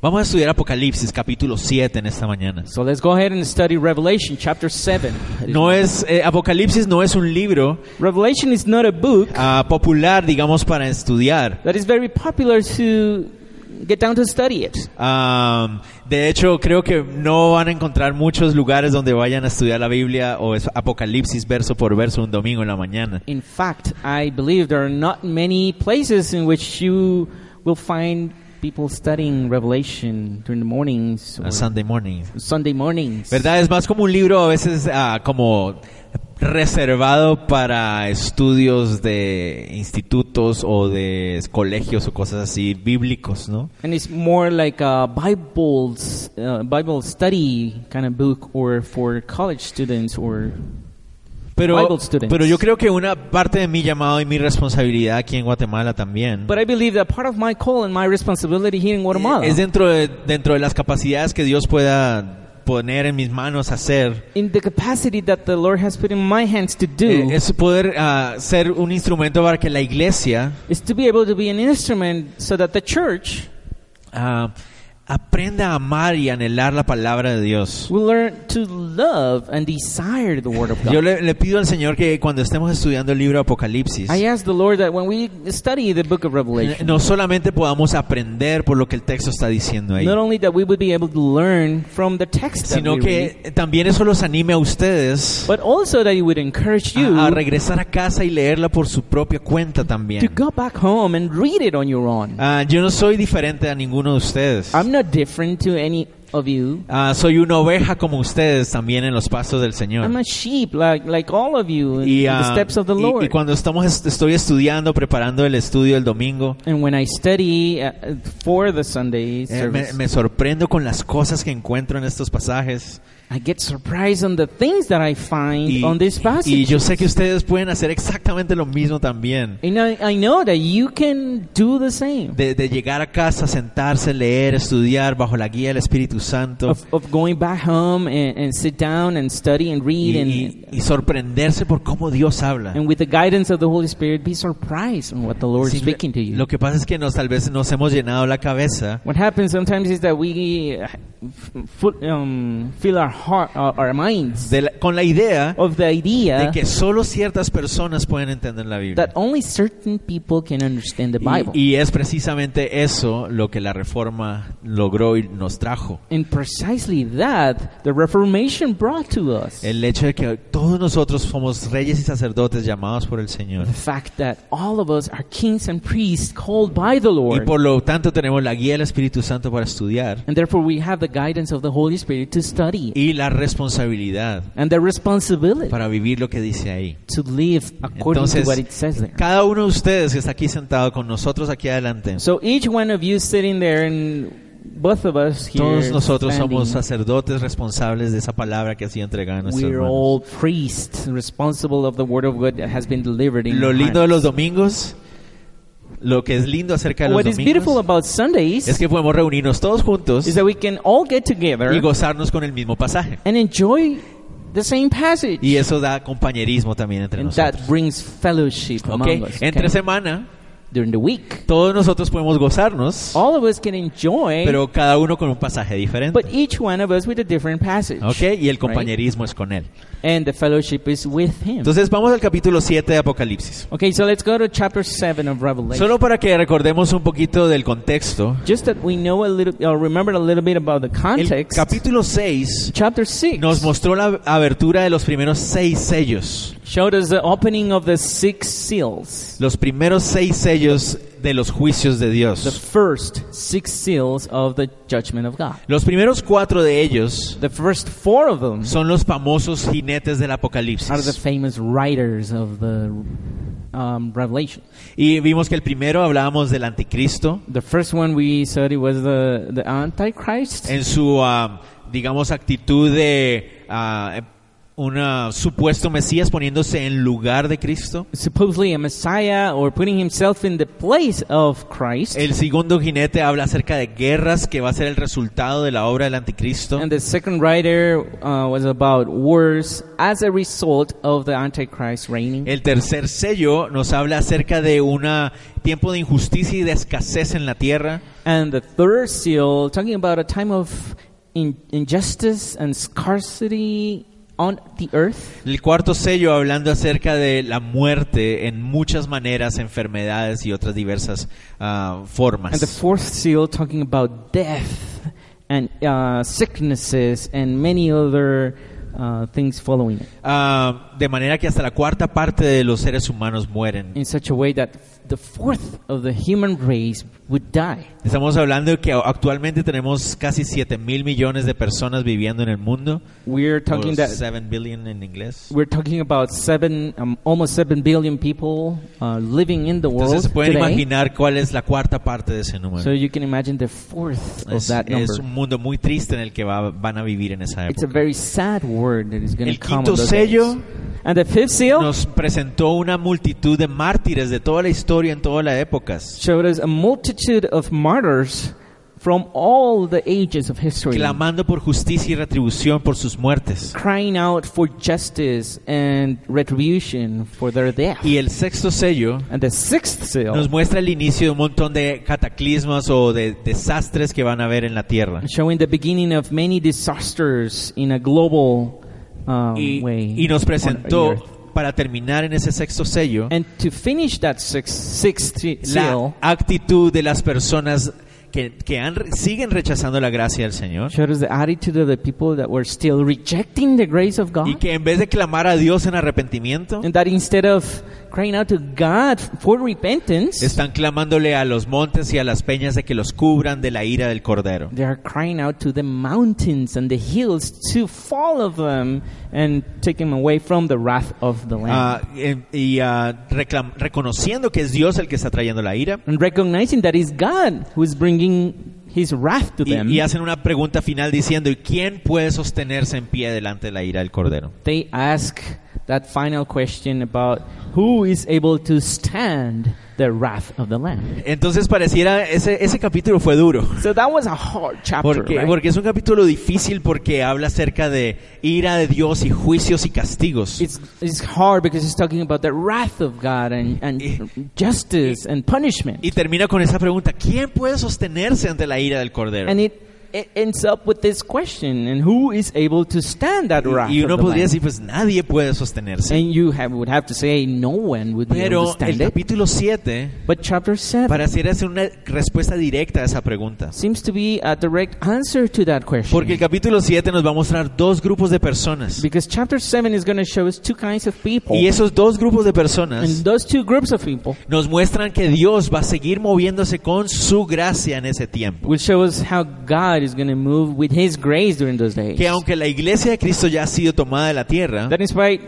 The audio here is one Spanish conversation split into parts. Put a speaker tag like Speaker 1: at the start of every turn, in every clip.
Speaker 1: Vamos a estudiar Apocalipsis capítulo 7 en esta mañana.
Speaker 2: So let's go ahead and study Revelation chapter 7.
Speaker 1: No es eh, Apocalipsis no es un libro
Speaker 2: Revelation is not a book
Speaker 1: ah, popular, digamos, para estudiar.
Speaker 2: that is very popular to get down to study it.
Speaker 1: Ah, de hecho, creo que no van a encontrar muchos lugares donde vayan a estudiar la Biblia o es- Apocalipsis verso por verso un domingo en la mañana.
Speaker 2: In fact, I believe there are not many places in which you will find people studying Revelation during the mornings or
Speaker 1: A Sunday morning.
Speaker 2: Sunday mornings.
Speaker 1: ¿Verdad? Es más como un libro a veces ah, como reservado para estudios de institutos o de colegios o cosas así bíblicos, ¿no?
Speaker 2: And it's more like a Bible, uh, Bible study kind of book or for college students or
Speaker 1: Pero,
Speaker 2: Bible students.
Speaker 1: pero yo creo que una parte de mi llamado y mi responsabilidad aquí en Guatemala también
Speaker 2: But I believe that part of my call and my responsibility here in Guatemala
Speaker 1: es dentro de, dentro de las capacidades que Dios pueda poner en mis manos hacer,
Speaker 2: in the capacity that the Lord has put in my hands to do
Speaker 1: eh, es poder ah, ser un instrumento para que la iglesia
Speaker 2: is to be able to be an instrument so that the church
Speaker 1: ah, aprenda a amar y anhelar la palabra de Dios.
Speaker 2: will learn to love and desire the Word of God.
Speaker 1: Yo le, le pido al Señor que cuando estemos estudiando el libro de Apocalipsis,
Speaker 2: I ask the Lord that when we study the book of
Speaker 1: eh,
Speaker 2: Revelation,
Speaker 1: no solamente podamos aprender por lo que el texto está diciendo ahí,
Speaker 2: not only that we would be able to learn from the text that
Speaker 1: Eh, sino
Speaker 2: we read,
Speaker 1: que también eso los anime a ustedes
Speaker 2: but also that it would encourage you
Speaker 1: a, a regresar a casa y leerla por su propia cuenta
Speaker 2: to
Speaker 1: también.
Speaker 2: go back home and read it on your own.
Speaker 1: Ah, yo no soy diferente a ninguno de ustedes.
Speaker 2: I'm not different to any of you.
Speaker 1: Ah, soy una oveja como ustedes también en los pastos del Señor.
Speaker 2: I'm a sheep like like all of you in
Speaker 1: Y,
Speaker 2: the
Speaker 1: ah,
Speaker 2: steps of the
Speaker 1: y-
Speaker 2: Lord.
Speaker 1: y cuando estamos est- estoy estudiando, preparando el estudio el domingo,
Speaker 2: And when I study uh, for the Sunday
Speaker 1: eh, me,
Speaker 2: service,
Speaker 1: me sorprendo con las cosas que encuentro en estos pasajes.
Speaker 2: I get surprised on the things that I find
Speaker 1: Y,
Speaker 2: on this passage.
Speaker 1: y yo sé que ustedes pueden hacer exactamente lo mismo también.
Speaker 2: And I, I know that you can do the same
Speaker 1: De, de llegar a casa, sentarse, leer, estudiar bajo la guía del Espíritu Santo.
Speaker 2: of, of going back home and, and sit down and study and read
Speaker 1: y,
Speaker 2: and,
Speaker 1: y- y sorprenderse por cómo Dios habla.
Speaker 2: and with the guidance of the Holy Spirit, be surprised on what the Lord is
Speaker 1: Simple-
Speaker 2: speaking to you.
Speaker 1: Lo que pasa es que nos, tal vez nos hemos llenado la cabeza
Speaker 2: What happens sometimes is that we uh, f- fu- um, fill our heart, our, our minds
Speaker 1: de la- con la idea
Speaker 2: of the
Speaker 1: de
Speaker 2: idea
Speaker 1: que solo ciertas personas pueden entender la Biblia.
Speaker 2: that only certain people can understand the
Speaker 1: Y-
Speaker 2: Bible.
Speaker 1: Y, es precisamente eso lo que la reforma logró y nos trajo.
Speaker 2: And precisely that the Reformation brought to us.
Speaker 1: El hecho de que todos nosotros somos reyes y sacerdotes llamados por el Señor.
Speaker 2: the fact that all of us are kings and priests called by the
Speaker 1: Y
Speaker 2: Lord.
Speaker 1: por lo tanto tenemos la guía del Espíritu Santo para estudiar
Speaker 2: And therefore we have the guidance of the Holy Spirit to study
Speaker 1: y la responsabilidad
Speaker 2: and the responsibility
Speaker 1: para vivir lo que dice ahí.
Speaker 2: to live according
Speaker 1: Entonces,
Speaker 2: to what it says there.
Speaker 1: cada uno de ustedes que está aquí sentado con nosotros aquí adelante,
Speaker 2: So each one of you sitting there and both of us here
Speaker 1: todos nosotros
Speaker 2: standing,
Speaker 1: somos sacerdotes responsables de esa palabra que ha sido entregada a nuestros
Speaker 2: we're
Speaker 1: hermanos.
Speaker 2: all priests responsible of the word of God that has been delivered in
Speaker 1: Lo
Speaker 2: our
Speaker 1: lindo de
Speaker 2: hands.
Speaker 1: los domingos, lo que es lindo acerca de los
Speaker 2: What is beautiful
Speaker 1: domingos,
Speaker 2: about Sundays
Speaker 1: es que podemos reunirnos todos juntos
Speaker 2: is that we can all get together
Speaker 1: y gozarnos con el mismo pasaje.
Speaker 2: and enjoy the same passage.
Speaker 1: Y eso da compañerismo también entre
Speaker 2: And
Speaker 1: nosotros.
Speaker 2: that brings fellowship
Speaker 1: ¿ok?
Speaker 2: among us.
Speaker 1: Entre
Speaker 2: okay?
Speaker 1: semana,
Speaker 2: During the week,
Speaker 1: todos nosotros podemos gozarnos,
Speaker 2: all of us can enjoy,
Speaker 1: pero cada uno con un pasaje diferente.
Speaker 2: but each one of us with a different passage.
Speaker 1: ¿ok? Y el
Speaker 2: right?
Speaker 1: compañerismo es con él.
Speaker 2: And the fellowship is with him.
Speaker 1: Entonces vamos al capítulo 7 de Apocalipsis.
Speaker 2: Okay, so let's go to chapter 7 of Revelation.
Speaker 1: Solo para que recordemos un poquito del contexto.
Speaker 2: Just that we know a little, or remember a little bit about the
Speaker 1: El
Speaker 2: context.
Speaker 1: capítulo 6
Speaker 2: Chapter 6
Speaker 1: nos mostró la abertura de los primeros seis sellos.
Speaker 2: showed us the opening of the six seals.
Speaker 1: Los primeros seis sellos de los juicios de
Speaker 2: The
Speaker 1: Dios.
Speaker 2: first six seals of the judgment of God.
Speaker 1: Los primeros cuatro de ellos
Speaker 2: The first four of them
Speaker 1: son los famosos jinetes del
Speaker 2: are the
Speaker 1: Apocalipsis.
Speaker 2: famous writers of the um, Revelation.
Speaker 1: Y vimos que el primero hablábamos del anticristo
Speaker 2: The first one we studied was the, the Antichrist.
Speaker 1: en su, ah, digamos, actitud de ah, un ah, supuesto Mesías poniéndose en lugar de Cristo.
Speaker 2: supposedly a Messiah or putting himself in the place of Christ.
Speaker 1: El segundo jinete habla acerca de guerras que va a ser el resultado de la obra del anticristo.
Speaker 2: And the second writer uh, was about wars as a result of the Antichrist reigning.
Speaker 1: El tercer sello nos habla acerca de un tiempo de injusticia y de escasez en la tierra.
Speaker 2: And the third seal, talking about a time of in- injustice and scarcity on the earth.
Speaker 1: El cuarto sello hablando acerca de la muerte en muchas maneras, enfermedades y otras diversas ah,
Speaker 2: And the
Speaker 1: formas.
Speaker 2: fourth seal, talking about death and uh, sicknesses and many other uh, things following it.
Speaker 1: Ah, de manera que hasta la cuarta parte de los seres humanos mueren.
Speaker 2: In such a way that the fourth of the human race would die.
Speaker 1: Estamos hablando de que actualmente tenemos casi 7 mil millones de personas viviendo en el mundo.
Speaker 2: We're talking
Speaker 1: O
Speaker 2: that
Speaker 1: 7 billion en inglés.
Speaker 2: We're talking about seven, um, almost seven billion people uh, living in the world
Speaker 1: Entonces se pueden
Speaker 2: today.
Speaker 1: imaginar cuál es la cuarta parte de ese número.
Speaker 2: So you can imagine the fourth of
Speaker 1: Es,
Speaker 2: that
Speaker 1: es
Speaker 2: number.
Speaker 1: un mundo muy triste en el que va- van a vivir en esa
Speaker 2: It's a
Speaker 1: época.
Speaker 2: very sad word that is going
Speaker 1: El
Speaker 2: to come. on
Speaker 1: quinto
Speaker 2: those
Speaker 1: sello
Speaker 2: days. and the fifth seal
Speaker 1: Nos presentó una multitud de mártires de toda la historia en todas las épocas,
Speaker 2: showed us a multitude of martyrs from all the ages of history,
Speaker 1: clamando por justicia y retribución por sus muertes.
Speaker 2: crying out for justice and retribution for their death.
Speaker 1: Y el sexto sello
Speaker 2: And the sixth seal
Speaker 1: nos muestra el inicio de un montón de cataclismas o de desastres que van a haber en la tierra.
Speaker 2: showing the beginning of many disasters in a global um,
Speaker 1: Y,
Speaker 2: way.
Speaker 1: y nos
Speaker 2: on
Speaker 1: presentó,
Speaker 2: earth.
Speaker 1: para terminar en ese sexto sello,
Speaker 2: And to finish that sixth, sixth
Speaker 1: la
Speaker 2: seal
Speaker 1: actitud de las personas que, que han re- siguen rechazando la gracia del Señor
Speaker 2: showed us the attitude of the people that were still rejecting the grace of
Speaker 1: y
Speaker 2: God.
Speaker 1: que en vez de clamar a Dios en arrepentimiento,
Speaker 2: And that instead of crying out to God for repentance,
Speaker 1: están clamándole a los montes y a las peñas de que los cubran de la ira del Cordero.
Speaker 2: they are crying out to the mountains and the hills to follow them and take them away from the wrath of the Lamb.
Speaker 1: Ah, eh, y ah, reclam- reconociendo que es Dios el que está trayendo la ira.
Speaker 2: and recognizing that it's God who is bringing his wrath to
Speaker 1: Y,
Speaker 2: them,
Speaker 1: y hacen una pregunta final diciendo, ¿y quién puede sostenerse en pie delante de la ira del Cordero?
Speaker 2: they ask that final question about who is able to stand the wrath of the Lamb.
Speaker 1: Entonces pareciera, ese, ese capítulo fue duro.
Speaker 2: So that was a hard chapter.
Speaker 1: Porque,
Speaker 2: right?
Speaker 1: porque es un capítulo difícil porque habla acerca de ira de Dios y juicios y castigos.
Speaker 2: It's, it's hard because it's talking about the wrath of God and, and justice and punishment.
Speaker 1: Y termina con esa pregunta, ¿quién puede sostenerse ante la ira del Cordero?
Speaker 2: And it, it ends up with this question and who is able to stand that wrath?
Speaker 1: Y uno
Speaker 2: of the
Speaker 1: podría
Speaker 2: Lamb?
Speaker 1: decir, pues nadie puede sostenerse.
Speaker 2: and you have, would have to say no one would be able to
Speaker 1: Pero el
Speaker 2: stand it.
Speaker 1: capítulo 7
Speaker 2: But chapter 7
Speaker 1: pareciera ser una respuesta directa a esa pregunta.
Speaker 2: seems to be a direct answer to that question.
Speaker 1: Porque el capítulo 7 nos va a mostrar dos grupos de personas.
Speaker 2: because chapter 7 is going to show us two kinds of people.
Speaker 1: Y esos dos grupos de
Speaker 2: and
Speaker 1: personas
Speaker 2: those two groups of people
Speaker 1: nos muestran que Dios va a seguir moviéndose con su gracia en ese tiempo.
Speaker 2: will show us how God is going to move with His grace during those days.
Speaker 1: Que aunque la iglesia de Cristo ya ha sido tomada de la tierra,
Speaker 2: That is why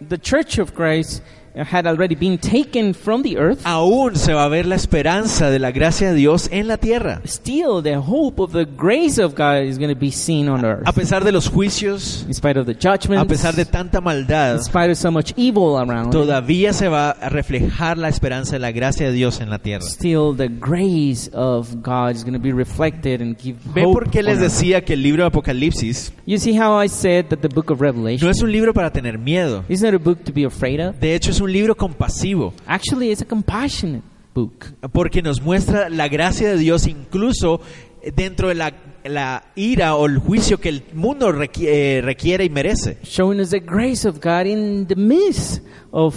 Speaker 2: the Church of Christ had already been taken from the earth.
Speaker 1: aún se va a ver la esperanza de la gracia de Dios en la tierra.
Speaker 2: Still, the hope of the grace of God is going to be seen on earth.
Speaker 1: A pesar de los juicios,
Speaker 2: In spite of the
Speaker 1: a
Speaker 2: judgments,
Speaker 1: pesar de tanta maldad,
Speaker 2: in spite of so much evil around,
Speaker 1: todavía se va a reflejar la esperanza de la gracia de Dios en la tierra.
Speaker 2: still the grace of God is going to be reflected and give
Speaker 1: Ve
Speaker 2: hope
Speaker 1: por qué
Speaker 2: on
Speaker 1: les
Speaker 2: earth.
Speaker 1: decía que el libro de Apocalipsis
Speaker 2: You see how I said that the book of Revelation
Speaker 1: no es un libro para tener miedo.
Speaker 2: is not a book to be afraid of.
Speaker 1: De hecho, es un libro compasivo
Speaker 2: Actually, it's a compassionate book.
Speaker 1: porque nos muestra la gracia de Dios incluso dentro de la, la ira o el juicio que el mundo requi- eh, requiere y merece.
Speaker 2: showing us the grace of God in the midst of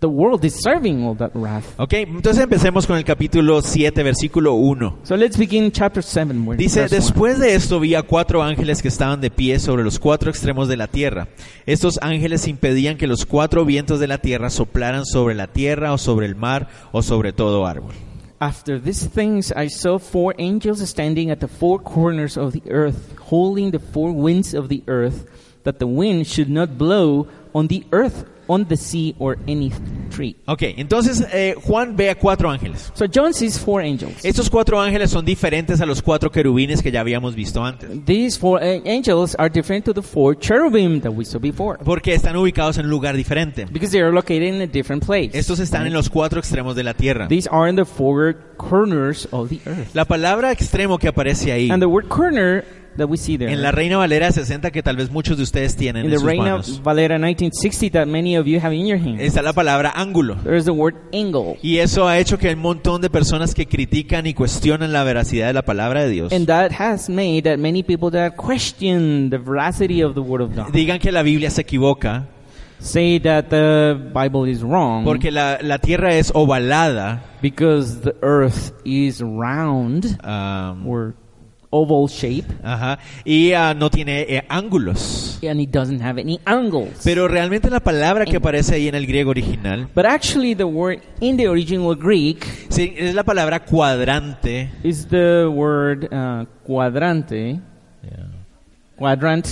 Speaker 2: the world deserving all that wrath.
Speaker 1: Ok, entonces empecemos con el capítulo 7, versículo 1.
Speaker 2: So let's begin chapter 7. Where
Speaker 1: Dice,
Speaker 2: verse one.
Speaker 1: después de esto vi a cuatro ángeles que estaban de pie sobre los cuatro extremos de la tierra. Estos ángeles impedían que los cuatro vientos de la tierra soplaran sobre la tierra o sobre el mar o sobre todo árbol.
Speaker 2: After these things, I saw four angels standing at the four corners of the earth, holding the four winds of the earth, that the wind should not blow on the earth on the sea or any tree.
Speaker 1: Ok, entonces eh, Juan ve a cuatro ángeles.
Speaker 2: So John sees four angels.
Speaker 1: Estos cuatro ángeles son diferentes a los cuatro querubines que ya habíamos visto antes.
Speaker 2: These four a- angels are different to the four cherubim that we saw before
Speaker 1: Porque están ubicados en un lugar diferente.
Speaker 2: because they are located in a different place.
Speaker 1: Estos están en los cuatro extremos de la tierra.
Speaker 2: These are in the four corners of the earth.
Speaker 1: La palabra extremo que aparece ahí,
Speaker 2: And the word corner that we see there
Speaker 1: en la Reina Valera 60, que tal vez muchos de ustedes tienen
Speaker 2: in
Speaker 1: en
Speaker 2: the
Speaker 1: sus
Speaker 2: reign of
Speaker 1: manos,
Speaker 2: Valera 1960 that many of you have in your hand,
Speaker 1: está la palabra ángulo.
Speaker 2: there is the word angle.
Speaker 1: Y eso ha hecho que hay un montón de personas que critican y cuestionan la veracidad de la palabra de Dios
Speaker 2: And that has made that many people that question the veracity of the Word of God
Speaker 1: digan que la Biblia se equivoca
Speaker 2: say that the Bible is wrong
Speaker 1: porque la, la tierra es ovalada
Speaker 2: because the earth is round
Speaker 1: am,
Speaker 2: or oval shape
Speaker 1: ajá, y ah, no tiene eh, ángulos.
Speaker 2: and it doesn't have any angles.
Speaker 1: Pero realmente la palabra que aparece ahí en el griego original
Speaker 2: But actually, the word in the original Greek
Speaker 1: sí, es la palabra cuadrante.
Speaker 2: is the word uh, quadrante, quadrant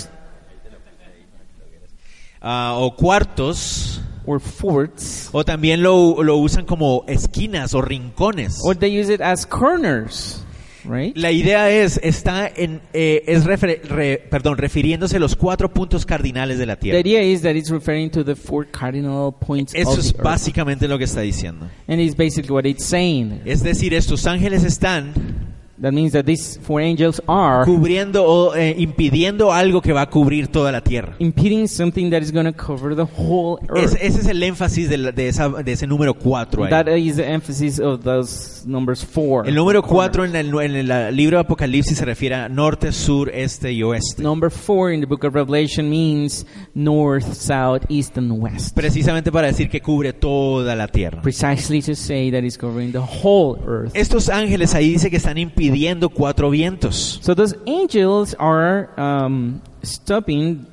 Speaker 1: ah, o cuartos,
Speaker 2: or forts,
Speaker 1: o también lo, lo usan como esquinas o rincones.
Speaker 2: or they use it as corners, right?
Speaker 1: La idea es, está en, eh, es refer- re- perdón, refiriéndose a los cuatro puntos cardinales de la
Speaker 2: The
Speaker 1: tierra.
Speaker 2: idea is that it's referring to the four cardinal points
Speaker 1: Eso
Speaker 2: of
Speaker 1: es
Speaker 2: the earth.
Speaker 1: básicamente lo que está diciendo.
Speaker 2: And it's basically what it's saying.
Speaker 1: Es decir, estos ángeles están
Speaker 2: That means that these four angels are
Speaker 1: cubriendo o eh, impidiendo algo que va a cubrir toda la tierra.
Speaker 2: impeding something that is going to cover the whole
Speaker 1: Es-
Speaker 2: earth.
Speaker 1: ese es el énfasis de, la- de esa- de ese número 4.
Speaker 2: that is the emphasis of those numbers four.
Speaker 1: El número 4 en el, en el libro de Apocalipsis se refiere a norte, sur, este y oeste.
Speaker 2: Number four in the book of Revelation means north, south, east, and west.
Speaker 1: Precisamente para decir que cubre toda la tierra.
Speaker 2: Precisely to say that it's covering the whole earth.
Speaker 1: Estos ángeles ahí dice que están impidiendo cuatro vientos.
Speaker 2: So those angels are um, stopping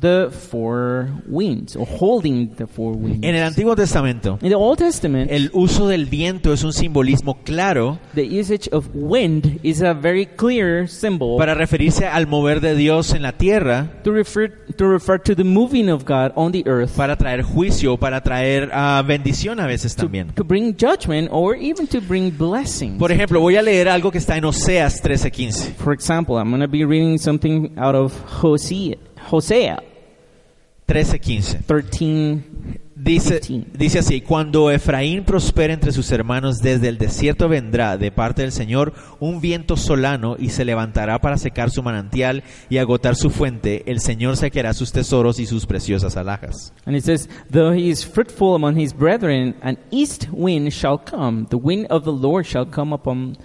Speaker 2: the four winds or holding the four winds.
Speaker 1: En el Antiguo Testamento,
Speaker 2: In the Old Testament,
Speaker 1: el uso del viento es un simbolismo claro
Speaker 2: the usage of wind is a very clear symbol
Speaker 1: para referirse al mover de Dios en la tierra
Speaker 2: to refer to refer to the moving of God on the earth
Speaker 1: para traer juicio, para traer ah, bendición a veces también.
Speaker 2: to bring judgment or even to bring blessing.
Speaker 1: Por ejemplo, voy a leer algo que está en Oseas 13:15.
Speaker 2: For example, I'm going to be reading something out of Hosea, Hosea
Speaker 1: 13:15.
Speaker 2: 13.
Speaker 1: Dice,
Speaker 2: 15.
Speaker 1: dice así, cuando Efraín prospere entre sus hermanos, desde el desierto vendrá de parte del Señor un viento solano y se levantará para secar su manantial y agotar su fuente. El Señor saqueará sus tesoros y sus preciosas alhajas.
Speaker 2: And it says, Though he is fruitful among his brethren, an east wind shall come. The wind of the Lord shall come upon,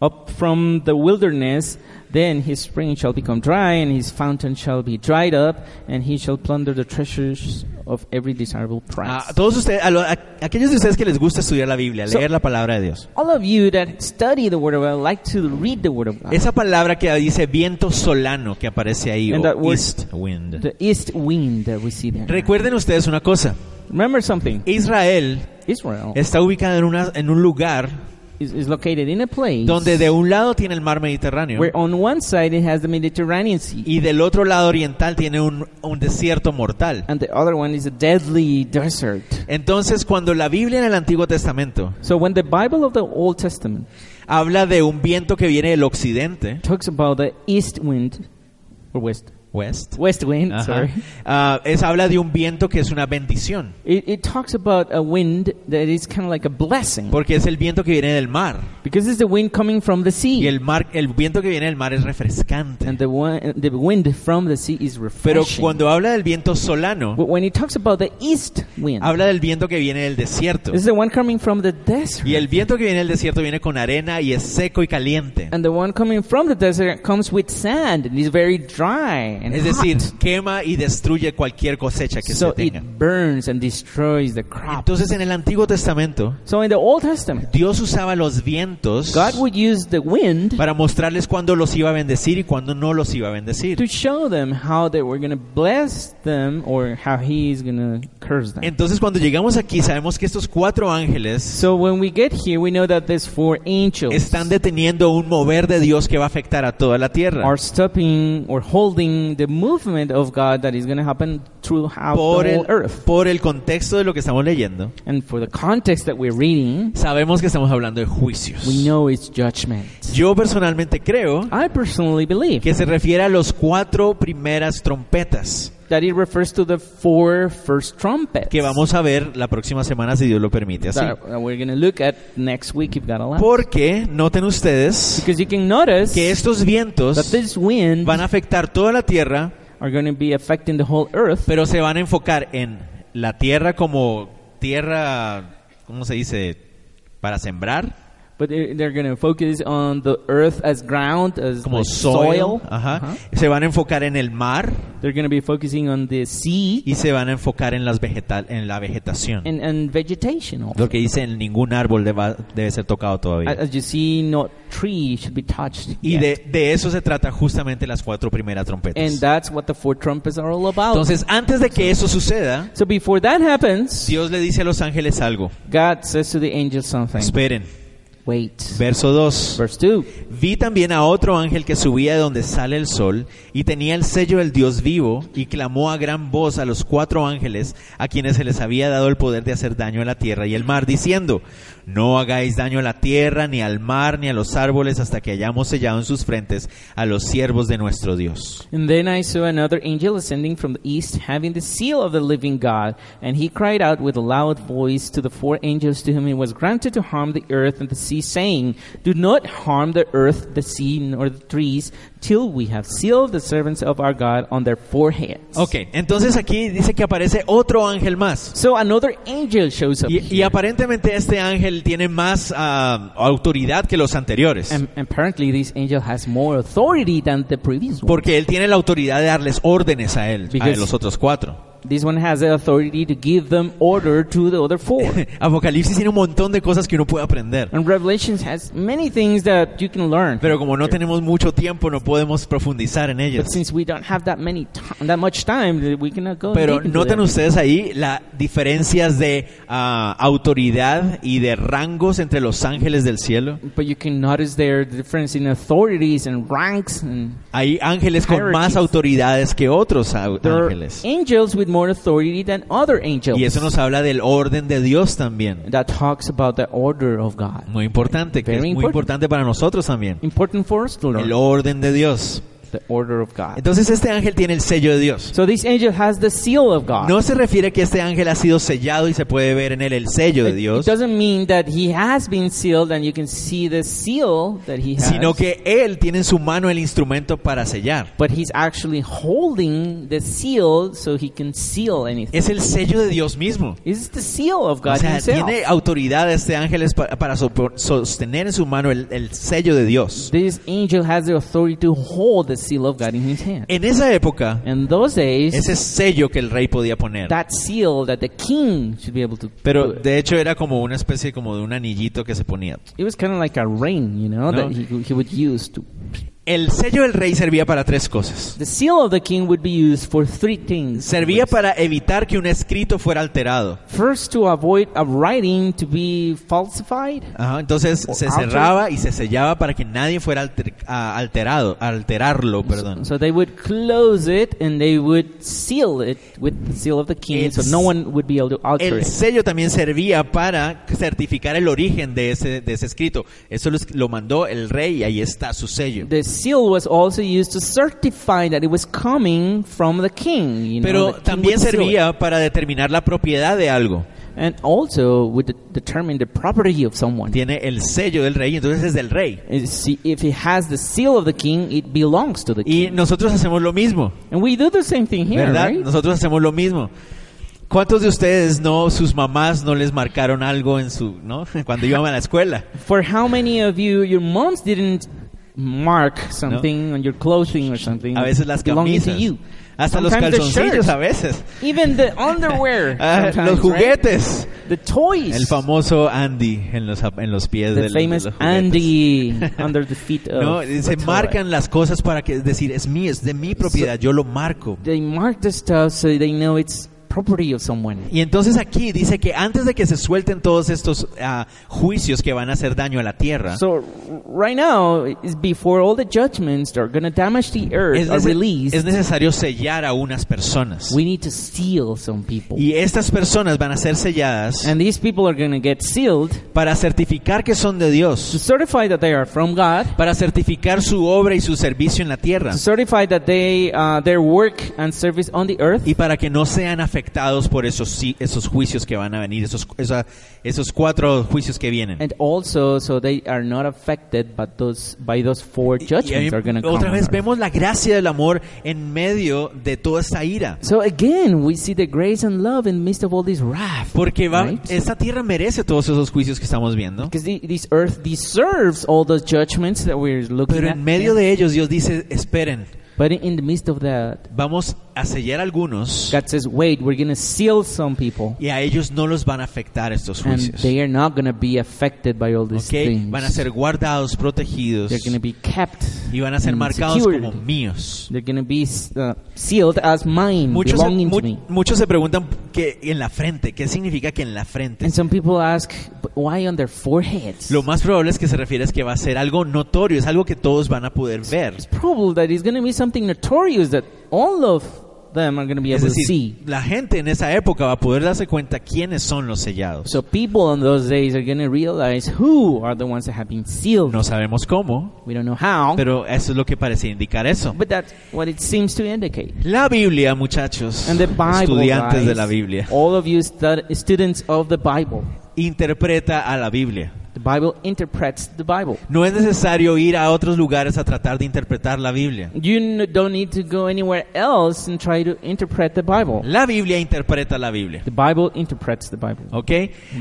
Speaker 2: up from the wilderness. Then his spring shall become dry, and his fountain shall be dried up, and he shall plunder the treasures of every desirable
Speaker 1: Ah,
Speaker 2: prize.
Speaker 1: A todos ustedes, a, lo- a- aquellos de ustedes que les gusta estudiar la Biblia,
Speaker 2: So-
Speaker 1: leer la palabra de Dios.
Speaker 2: All of you that study the Word of God like to read the Word of God.
Speaker 1: Esa palabra que dice viento solano que aparece ahí,
Speaker 2: And
Speaker 1: o
Speaker 2: that word-
Speaker 1: east wind.
Speaker 2: The east wind that we see there.
Speaker 1: Recuerden ustedes una cosa.
Speaker 2: Remember something.
Speaker 1: Israel
Speaker 2: Israel
Speaker 1: está ubicada en, una, en un lugar
Speaker 2: is, is located in a place
Speaker 1: donde de un lado tiene el mar Mediterráneo
Speaker 2: where on one side it has the Mediterranean Sea.
Speaker 1: y del otro lado oriental tiene un, un desierto mortal.
Speaker 2: and the other one is a deadly desert.
Speaker 1: Entonces, cuando la Biblia en el Antiguo Testamento
Speaker 2: So when the Bible of the Old Testament
Speaker 1: habla de un viento que viene del occidente,
Speaker 2: talks about the east wind or west
Speaker 1: west,
Speaker 2: west wind,
Speaker 1: ajá,
Speaker 2: sorry,
Speaker 1: ah, es habla de un viento que es una bendición,
Speaker 2: it, it talks about a wind that is kind of like a blessing
Speaker 1: porque es el viento que viene del mar
Speaker 2: because it's the wind coming from the
Speaker 1: y
Speaker 2: sea,
Speaker 1: el mar, el viento que viene del mar es refrescante.
Speaker 2: and the one, the wind from the sea is
Speaker 1: Pero
Speaker 2: refreshing.
Speaker 1: cuando habla del viento solano,
Speaker 2: But when it talks about the east wind,
Speaker 1: habla del viento que viene del desierto.
Speaker 2: this is the one coming from the desert,
Speaker 1: Y el viento que viene del desierto viene con arena y es seco y caliente.
Speaker 2: and the one coming from the desert comes with sand and is very dry and
Speaker 1: Es
Speaker 2: hot.
Speaker 1: decir, quema y destruye cualquier cosecha que
Speaker 2: ah. so
Speaker 1: se tenga.
Speaker 2: it burns and destroys the crop.
Speaker 1: Entonces en el Antiguo Testamento,
Speaker 2: So in the Old Testament,
Speaker 1: Dios usaba los vientos
Speaker 2: God would use the wind
Speaker 1: para mostrarles cuándo los iba a bendecir y cuándo no los iba a bendecir.
Speaker 2: to show them how they were going to bless them or how He is going to curse them.
Speaker 1: Entonces cuando llegamos aquí sabemos que estos cuatro ángeles
Speaker 2: So when we get here, we know that these four angels
Speaker 1: están deteniendo un mover de Dios que va a afectar a toda la tierra.
Speaker 2: are stopping or holding describing the movement of God that is going to happen throughout
Speaker 1: Por
Speaker 2: the
Speaker 1: el,
Speaker 2: whole earth.
Speaker 1: por el contexto de lo que estamos leyendo,
Speaker 2: And for the context that we're reading,
Speaker 1: sabemos que estamos hablando de juicios.
Speaker 2: we know it's judgment.
Speaker 1: Yo personalmente creo
Speaker 2: I personally believe
Speaker 1: que se refiere a los cuatro primeras trompetas
Speaker 2: that it refers to the four first trumpets
Speaker 1: que vamos a ver la próxima semana si Dios lo permite así.
Speaker 2: that that we're going to look at next week if God allows.
Speaker 1: Porque noten ustedes
Speaker 2: Because you can notice
Speaker 1: que estos
Speaker 2: that
Speaker 1: vientos
Speaker 2: this wind
Speaker 1: van a afectar toda la tierra,
Speaker 2: are going to be affecting the whole earth,
Speaker 1: pero se van a enfocar en la tierra como tierra, ¿cómo se dice? Para sembrar,
Speaker 2: but they're, they're going to focus on the earth as ground, as
Speaker 1: como
Speaker 2: like
Speaker 1: soil,
Speaker 2: soil.
Speaker 1: ajá.
Speaker 2: Uh-huh.
Speaker 1: se van a enfocar en el mar
Speaker 2: They're going to be focusing on the sea
Speaker 1: y se van a enfocar en, las vegetal, en la vegetación.
Speaker 2: and, and vegetation. also.
Speaker 1: Lo que dicen, ningún árbol deba- debe ser tocado todavía.
Speaker 2: As as you see, no tree should be touched.
Speaker 1: Y
Speaker 2: yet.
Speaker 1: de, de eso se trata justamente las cuatro primeras
Speaker 2: and
Speaker 1: trompetas.
Speaker 2: that's what the four trumpets are all about.
Speaker 1: Entonces, antes de que eso suceda,
Speaker 2: so before that happens,
Speaker 1: Dios le dice a los ángeles algo.
Speaker 2: God says to the angel something.
Speaker 1: Esperen.
Speaker 2: Wait.
Speaker 1: Verso 2.
Speaker 2: Verse 2.
Speaker 1: Vi también a otro ángel que subía de donde sale el sol y tenía el sello del Dios vivo y clamó a gran voz a los cuatro ángeles a quienes se les había dado el poder de hacer daño a la tierra y el mar, diciendo, no hagáis daño a la tierra, ni al mar, ni a los árboles hasta que hayamos sellado en sus frentes a los siervos de nuestro Dios.
Speaker 2: And then I saw another angel ascending from the east, having the seal of the living God. And he cried out with a loud voice to the four angels to whom it was granted to harm the earth and the sea, saying, Do not harm the earth, the sea, nor the trees, till we have sealed the servants of our God on their foreheads.
Speaker 1: Ok, entonces aquí dice que aparece otro ángel más.
Speaker 2: So another angel shows up.
Speaker 1: Y, y
Speaker 2: here.
Speaker 1: aparentemente este ángel tiene más ah, autoridad que los anteriores.
Speaker 2: And apparently, this angel has more authority than the previous one.
Speaker 1: Porque él tiene la autoridad de darles órdenes a él, a
Speaker 2: Because-
Speaker 1: los otros cuatro.
Speaker 2: This one has the authority to give them order to the other four.
Speaker 1: Apocalipsis tiene un montón de cosas que uno puede aprender.
Speaker 2: And Revelations has many things that you can learn.
Speaker 1: Pero como no tenemos mucho tiempo, no podemos profundizar en ellas.
Speaker 2: But since we don't have that many ti- that much time, that we cannot go.
Speaker 1: Pero
Speaker 2: deep into
Speaker 1: noten
Speaker 2: that.
Speaker 1: ustedes ahí las diferencias de ah, autoridad y de rangos entre los ángeles del cielo.
Speaker 2: But you can notice there the difference in authorities and ranks, and
Speaker 1: Hay ángeles con más
Speaker 2: Hierarchies.
Speaker 1: autoridades que otros au-
Speaker 2: there are
Speaker 1: ángeles.
Speaker 2: angels with more authority than other angels.
Speaker 1: Y eso nos habla del orden de Dios también.
Speaker 2: that talks about the order of God.
Speaker 1: Muy importante, que es
Speaker 2: Very
Speaker 1: muy
Speaker 2: important.
Speaker 1: importante para nosotros también.
Speaker 2: Important for us to learn
Speaker 1: El orden de Dios.
Speaker 2: the order of God.
Speaker 1: Entonces este ángel tiene el sello de Dios.
Speaker 2: So this angel has the seal of God.
Speaker 1: No se refiere a que este ángel ha sido sellado y se puede ver en él el sello de
Speaker 2: it, it
Speaker 1: Dios,
Speaker 2: doesn't mean that he has been sealed, and you can see the seal that he has.
Speaker 1: sino que él tiene en su mano el instrumento para sellar.
Speaker 2: but he's actually holding the seal so he can seal anything.
Speaker 1: Es el sello de Dios mismo.
Speaker 2: It's the seal of
Speaker 1: O
Speaker 2: God
Speaker 1: sea,
Speaker 2: Himself.
Speaker 1: tiene autoridad este ángel es pa- para, sopo- sostener en su mano el, el sello de Dios.
Speaker 2: This angel has the authority to hold the seal of God in his hand.
Speaker 1: En esa época,
Speaker 2: In those days,
Speaker 1: ese sello que el rey podía poner.
Speaker 2: that seal that the king should be able to.
Speaker 1: Pero
Speaker 2: put,
Speaker 1: de hecho era como una especie como de un anillito que se ponía.
Speaker 2: it was kind of like a ring, you
Speaker 1: No.
Speaker 2: know, that he, he would use to.
Speaker 1: El sello del rey servía para tres cosas.
Speaker 2: The seal of the king would be used for three things.
Speaker 1: Servía para evitar que un escrito fuera alterado.
Speaker 2: First, to avoid a writing to be falsified.
Speaker 1: Ajá, entonces
Speaker 2: O
Speaker 1: se
Speaker 2: alter-
Speaker 1: cerraba y se sellaba para que nadie fuera alter- a- alterado, alterarlo, perdón.
Speaker 2: So they would close it and they would seal it with the seal of the king,
Speaker 1: El
Speaker 2: so no one would be able to alter
Speaker 1: El
Speaker 2: it.
Speaker 1: sello también servía para certificar el origen de ese, de ese escrito. Eso lo, es- lo mandó el rey y ahí está su sello.
Speaker 2: The seal was also used to certify that it was coming from the king. You know,
Speaker 1: Pero
Speaker 2: the king
Speaker 1: también
Speaker 2: would seal it.
Speaker 1: servía para determinar la propiedad de algo.
Speaker 2: and also would de- determine the property of someone.
Speaker 1: Tiene el sello del rey, entonces es del rey.
Speaker 2: And see, If it has the seal of the king, it belongs to the king.
Speaker 1: Y nosotros hacemos lo mismo,
Speaker 2: And we do the same thing here,
Speaker 1: ¿verdad?
Speaker 2: right?
Speaker 1: Nosotros hacemos lo mismo. ¿Cuántos de ustedes no, sus mamás no les marcaron algo en su, no? Cuando iban a la escuela.
Speaker 2: For how many of you, your moms didn't mark something on your clothing or something
Speaker 1: A veces las
Speaker 2: belonging to
Speaker 1: camisas.
Speaker 2: you?
Speaker 1: Hasta
Speaker 2: Sometimes the
Speaker 1: los calzoncillos
Speaker 2: shirts.
Speaker 1: a veces.
Speaker 2: Even the underwear,
Speaker 1: Ah,
Speaker 2: sometimes,
Speaker 1: los
Speaker 2: right?
Speaker 1: juguetes.
Speaker 2: the toys,
Speaker 1: El famoso Andy en los, ap- en los pies
Speaker 2: the
Speaker 1: del- de
Speaker 2: famous
Speaker 1: los juguetes.
Speaker 2: Andy Oh, under the feet of.
Speaker 1: No, se
Speaker 2: the toy.
Speaker 1: marcan las cosas para que es decir, es mío, es de mi propiedad, yo lo marco.
Speaker 2: They mark the stuff so they know it's property of someone.
Speaker 1: Y entonces aquí dice que antes de que se suelten todos estos ah, juicios que van a hacer daño a la tierra,
Speaker 2: So r- right now is before all the judgments that are going to damage the earth
Speaker 1: es,
Speaker 2: are
Speaker 1: nece-
Speaker 2: released.
Speaker 1: es necesario sellar a unas personas.
Speaker 2: we need to seal some people.
Speaker 1: Y estas personas van a ser selladas
Speaker 2: And these people are going to get sealed
Speaker 1: para certificar que son de
Speaker 2: to
Speaker 1: Dios,
Speaker 2: certify that they are from God,
Speaker 1: para certificar su obra y su servicio en la tierra
Speaker 2: to certify that they uh, their work and service on the earth
Speaker 1: y para que no sean afectados por esos, sí- esos juicios que van a venir, esos, esa- esos cuatro juicios que vienen.
Speaker 2: and also so they are not affected by those by those four
Speaker 1: Y- y ahí
Speaker 2: judgments are going to come.
Speaker 1: otra
Speaker 2: on
Speaker 1: vez
Speaker 2: earth.
Speaker 1: vemos la gracia del amor en medio de toda esta ira.
Speaker 2: So again, we see the grace and love in the midst of all this wrath.
Speaker 1: Porque va,
Speaker 2: Right.
Speaker 1: esta tierra merece todos esos juicios que estamos viendo.
Speaker 2: Because the, this earth deserves all those judgments that we're looking
Speaker 1: Pero
Speaker 2: at.
Speaker 1: en medio de ellos Dios dice, esperen,
Speaker 2: But in the midst of that,
Speaker 1: vamos a sellar algunos
Speaker 2: God says, wait, we're going to seal some people.
Speaker 1: y a ellos no los van a afectar estos
Speaker 2: And
Speaker 1: juicios.
Speaker 2: they are not going to be affected by all these
Speaker 1: ¿ok?
Speaker 2: things.
Speaker 1: Van a ser guardados, protegidos
Speaker 2: They're going to be kept.
Speaker 1: y van a ser
Speaker 2: and
Speaker 1: marcados
Speaker 2: secured.
Speaker 1: como míos.
Speaker 2: They're going to be uh, sealed as mine,
Speaker 1: Muchos se,
Speaker 2: belonging
Speaker 1: mu-
Speaker 2: to me.
Speaker 1: muchos se preguntan que en la frente, ¿qué significa que en la frente?
Speaker 2: And some people ask, "But why on their foreheads?
Speaker 1: Lo más probable es que se refiere es que va a ser algo notorio, es algo que todos van a poder ver.
Speaker 2: It's probable that it's going to be something notorious that all of them are going to be
Speaker 1: Es
Speaker 2: able to see.
Speaker 1: decir, la gente en esa época va a poder darse cuenta quiénes son los sellados.
Speaker 2: So people in those days are going to realize who are the ones that have been sealed.
Speaker 1: No sabemos cómo,
Speaker 2: We don't know how,
Speaker 1: pero eso es lo que parece indicar eso.
Speaker 2: but that's what it seems to indicate.
Speaker 1: La Biblia, muchachos,
Speaker 2: And the Bible,
Speaker 1: estudiantes de
Speaker 2: guys,
Speaker 1: la Biblia,
Speaker 2: all of you stud- students of the Bible,
Speaker 1: interpreta a la Biblia.
Speaker 2: the Bible interprets the Bible.
Speaker 1: No es necesario ir a otros lugares a tratar de interpretar la Biblia.
Speaker 2: You n- don't need to go anywhere else and try to interpret the Bible.
Speaker 1: La Biblia interpreta la Biblia.
Speaker 2: The Bible interprets the Bible.
Speaker 1: ¿Ok?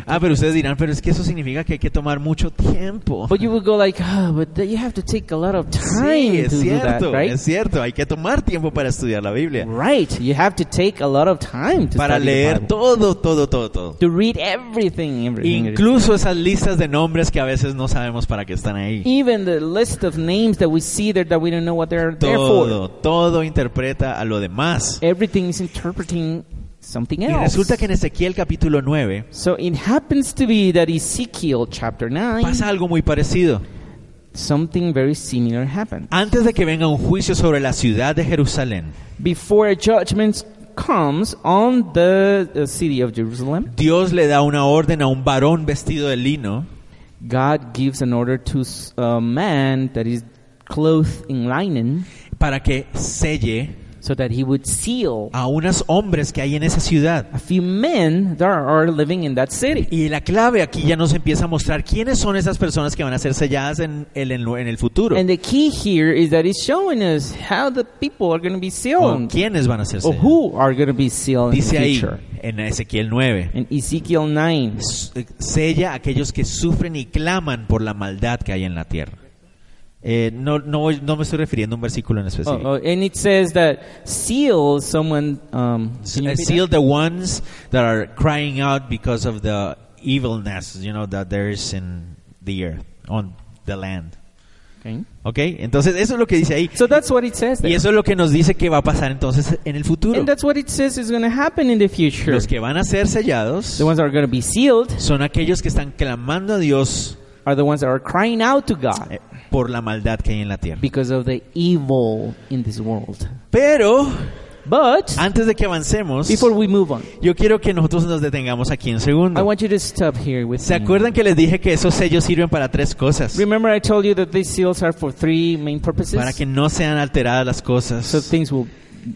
Speaker 1: Ah, pero ustedes dirán, pero es que eso significa que hay que tomar mucho tiempo.
Speaker 2: But you will go like, oh, but th- you have to take a lot of time
Speaker 1: Sí,
Speaker 2: to
Speaker 1: es
Speaker 2: do that,
Speaker 1: cierto,
Speaker 2: right?
Speaker 1: es cierto. Hay que tomar tiempo para estudiar la Biblia.
Speaker 2: Right. You have to take a lot of time to
Speaker 1: Para
Speaker 2: study the
Speaker 1: leer
Speaker 2: Bible.
Speaker 1: todo, todo, todo, todo.
Speaker 2: To read everything, everything. it is.
Speaker 1: Incluso esas listas de nombres que a veces no sabemos para qué están ahí.
Speaker 2: even the list of names that we see there that we don't know what they're there for.
Speaker 1: Todo, todo interpreta a lo demás.
Speaker 2: Everything is interpreting something
Speaker 1: Y
Speaker 2: else.
Speaker 1: resulta que en Ezequiel capítulo 9
Speaker 2: so it happens to be that Ezekiel chapter 9,
Speaker 1: pasa algo muy parecido.
Speaker 2: something very similar happened.
Speaker 1: Antes de que venga un juicio sobre la ciudad de Jerusalén,
Speaker 2: Before a judgment comes on the, the city of Jerusalem,
Speaker 1: Dios le da una orden a un varón vestido de lino
Speaker 2: God gives an order to s- a man that is clothed in linen
Speaker 1: para que selle
Speaker 2: so that he would seal
Speaker 1: a unos hombres que hay en esa ciudad.
Speaker 2: a few men that are living in that city.
Speaker 1: Y la clave aquí ya nos empieza a mostrar quiénes son esas personas que van a ser selladas en el, en el futuro.
Speaker 2: And the key here is that it's showing us how the people are going to be
Speaker 1: O
Speaker 2: sealed,
Speaker 1: quiénes van a ser
Speaker 2: or
Speaker 1: selladas.
Speaker 2: who are going to be sealed in the
Speaker 1: Dice ahí
Speaker 2: future.
Speaker 1: en Ezequiel 9,
Speaker 2: In Ezekiel 9,
Speaker 1: s- sella a aquellos que sufren y claman por la maldad que hay en la tierra. Eh, no, no, voy- no me estoy refiriendo a un versículo en
Speaker 2: oh,
Speaker 1: específico.
Speaker 2: oh, and it says that seal someone. Um, can
Speaker 1: Eh,
Speaker 2: you repeat that?
Speaker 1: Seal the ones that are crying out because of the evilness, you know, that there is in the earth, on the land.
Speaker 2: Okay.
Speaker 1: ¿Ok? Entonces, eso es lo que dice ahí.
Speaker 2: So that's what it says
Speaker 1: Y
Speaker 2: there.
Speaker 1: eso es lo que nos dice que va a pasar entonces en el futuro.
Speaker 2: And that's what it says is going to happen in the future.
Speaker 1: Los que van a ser sellados
Speaker 2: The ones that are going to be sealed
Speaker 1: son aquellos que están clamando a Dios
Speaker 2: are the ones that are crying out to God
Speaker 1: eh, por la maldad que hay en la tierra.
Speaker 2: because of the evil in this world.
Speaker 1: Pero
Speaker 2: But
Speaker 1: antes de que avancemos,
Speaker 2: before we move on,
Speaker 1: yo quiero que nosotros nos detengamos aquí un
Speaker 2: I
Speaker 1: segundo.
Speaker 2: want you to stop here with
Speaker 1: ¿Se
Speaker 2: me.
Speaker 1: acuerdan que les dije que esos sellos sirven para tres cosas?
Speaker 2: Remember, I told you that these seals are for three main purposes.
Speaker 1: Para que no sean alteradas las
Speaker 2: So
Speaker 1: cosas,
Speaker 2: things will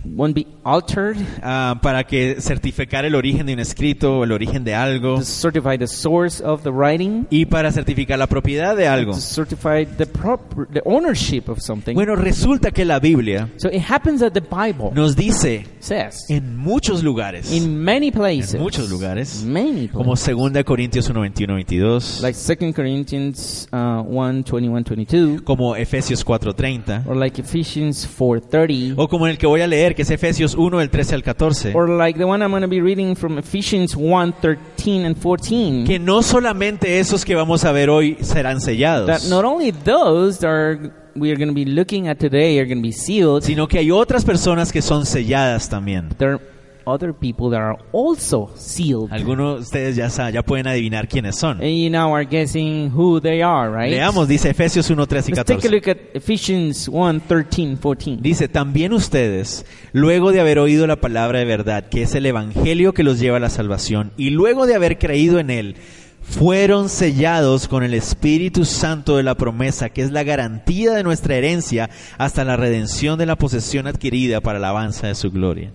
Speaker 2: won't be altered.
Speaker 1: ah, para que certificar el origen de un escrito o el origen de algo,
Speaker 2: To certify the source of the writing.
Speaker 1: y para certificar la propiedad de algo.
Speaker 2: To certify the proper the ownership of something.
Speaker 1: Oh. Bueno, resulta que la Biblia
Speaker 2: so it happens that the Bible
Speaker 1: nos dice
Speaker 2: says
Speaker 1: en muchos lugares,
Speaker 2: in many places.
Speaker 1: en muchos lugares,
Speaker 2: Many
Speaker 1: como
Speaker 2: places.
Speaker 1: 2 Corintios 1, 21, 22,
Speaker 2: Like 2 Corinthians uh, 1, 21, 22.
Speaker 1: como Efesios 4, 30,
Speaker 2: Or like Ephesians 4, 30.
Speaker 1: o como el que voy a leer, que es Efesios 1, del 13 al 14.
Speaker 2: Or like the one I'm going to be reading from Ephesians 1, 13 and 14.
Speaker 1: que no solamente esos que vamos a ver hoy serán
Speaker 2: that
Speaker 1: sellados,
Speaker 2: not only those that are we are going to be looking at today are going to be sealed.
Speaker 1: sino que hay otras personas que son selladas también.
Speaker 2: There are other people that are also sealed.
Speaker 1: Algunos de ustedes ya, sa- ya pueden adivinar quiénes son.
Speaker 2: And you now are guessing who they are, right?
Speaker 1: Leamos, dice Efesios 1, 3 y
Speaker 2: Let's take a
Speaker 1: 14.
Speaker 2: look at Ephesians 1 13, 14.
Speaker 1: Dice, también ustedes, luego de haber oído la palabra de verdad, que es el Evangelio que los lleva a la salvación, y luego de haber creído en él, fueron sellados con el Espíritu Santo de la promesa, que es la garantía de nuestra herencia hasta la redención de la posesión adquirida para la alabanza de su gloria.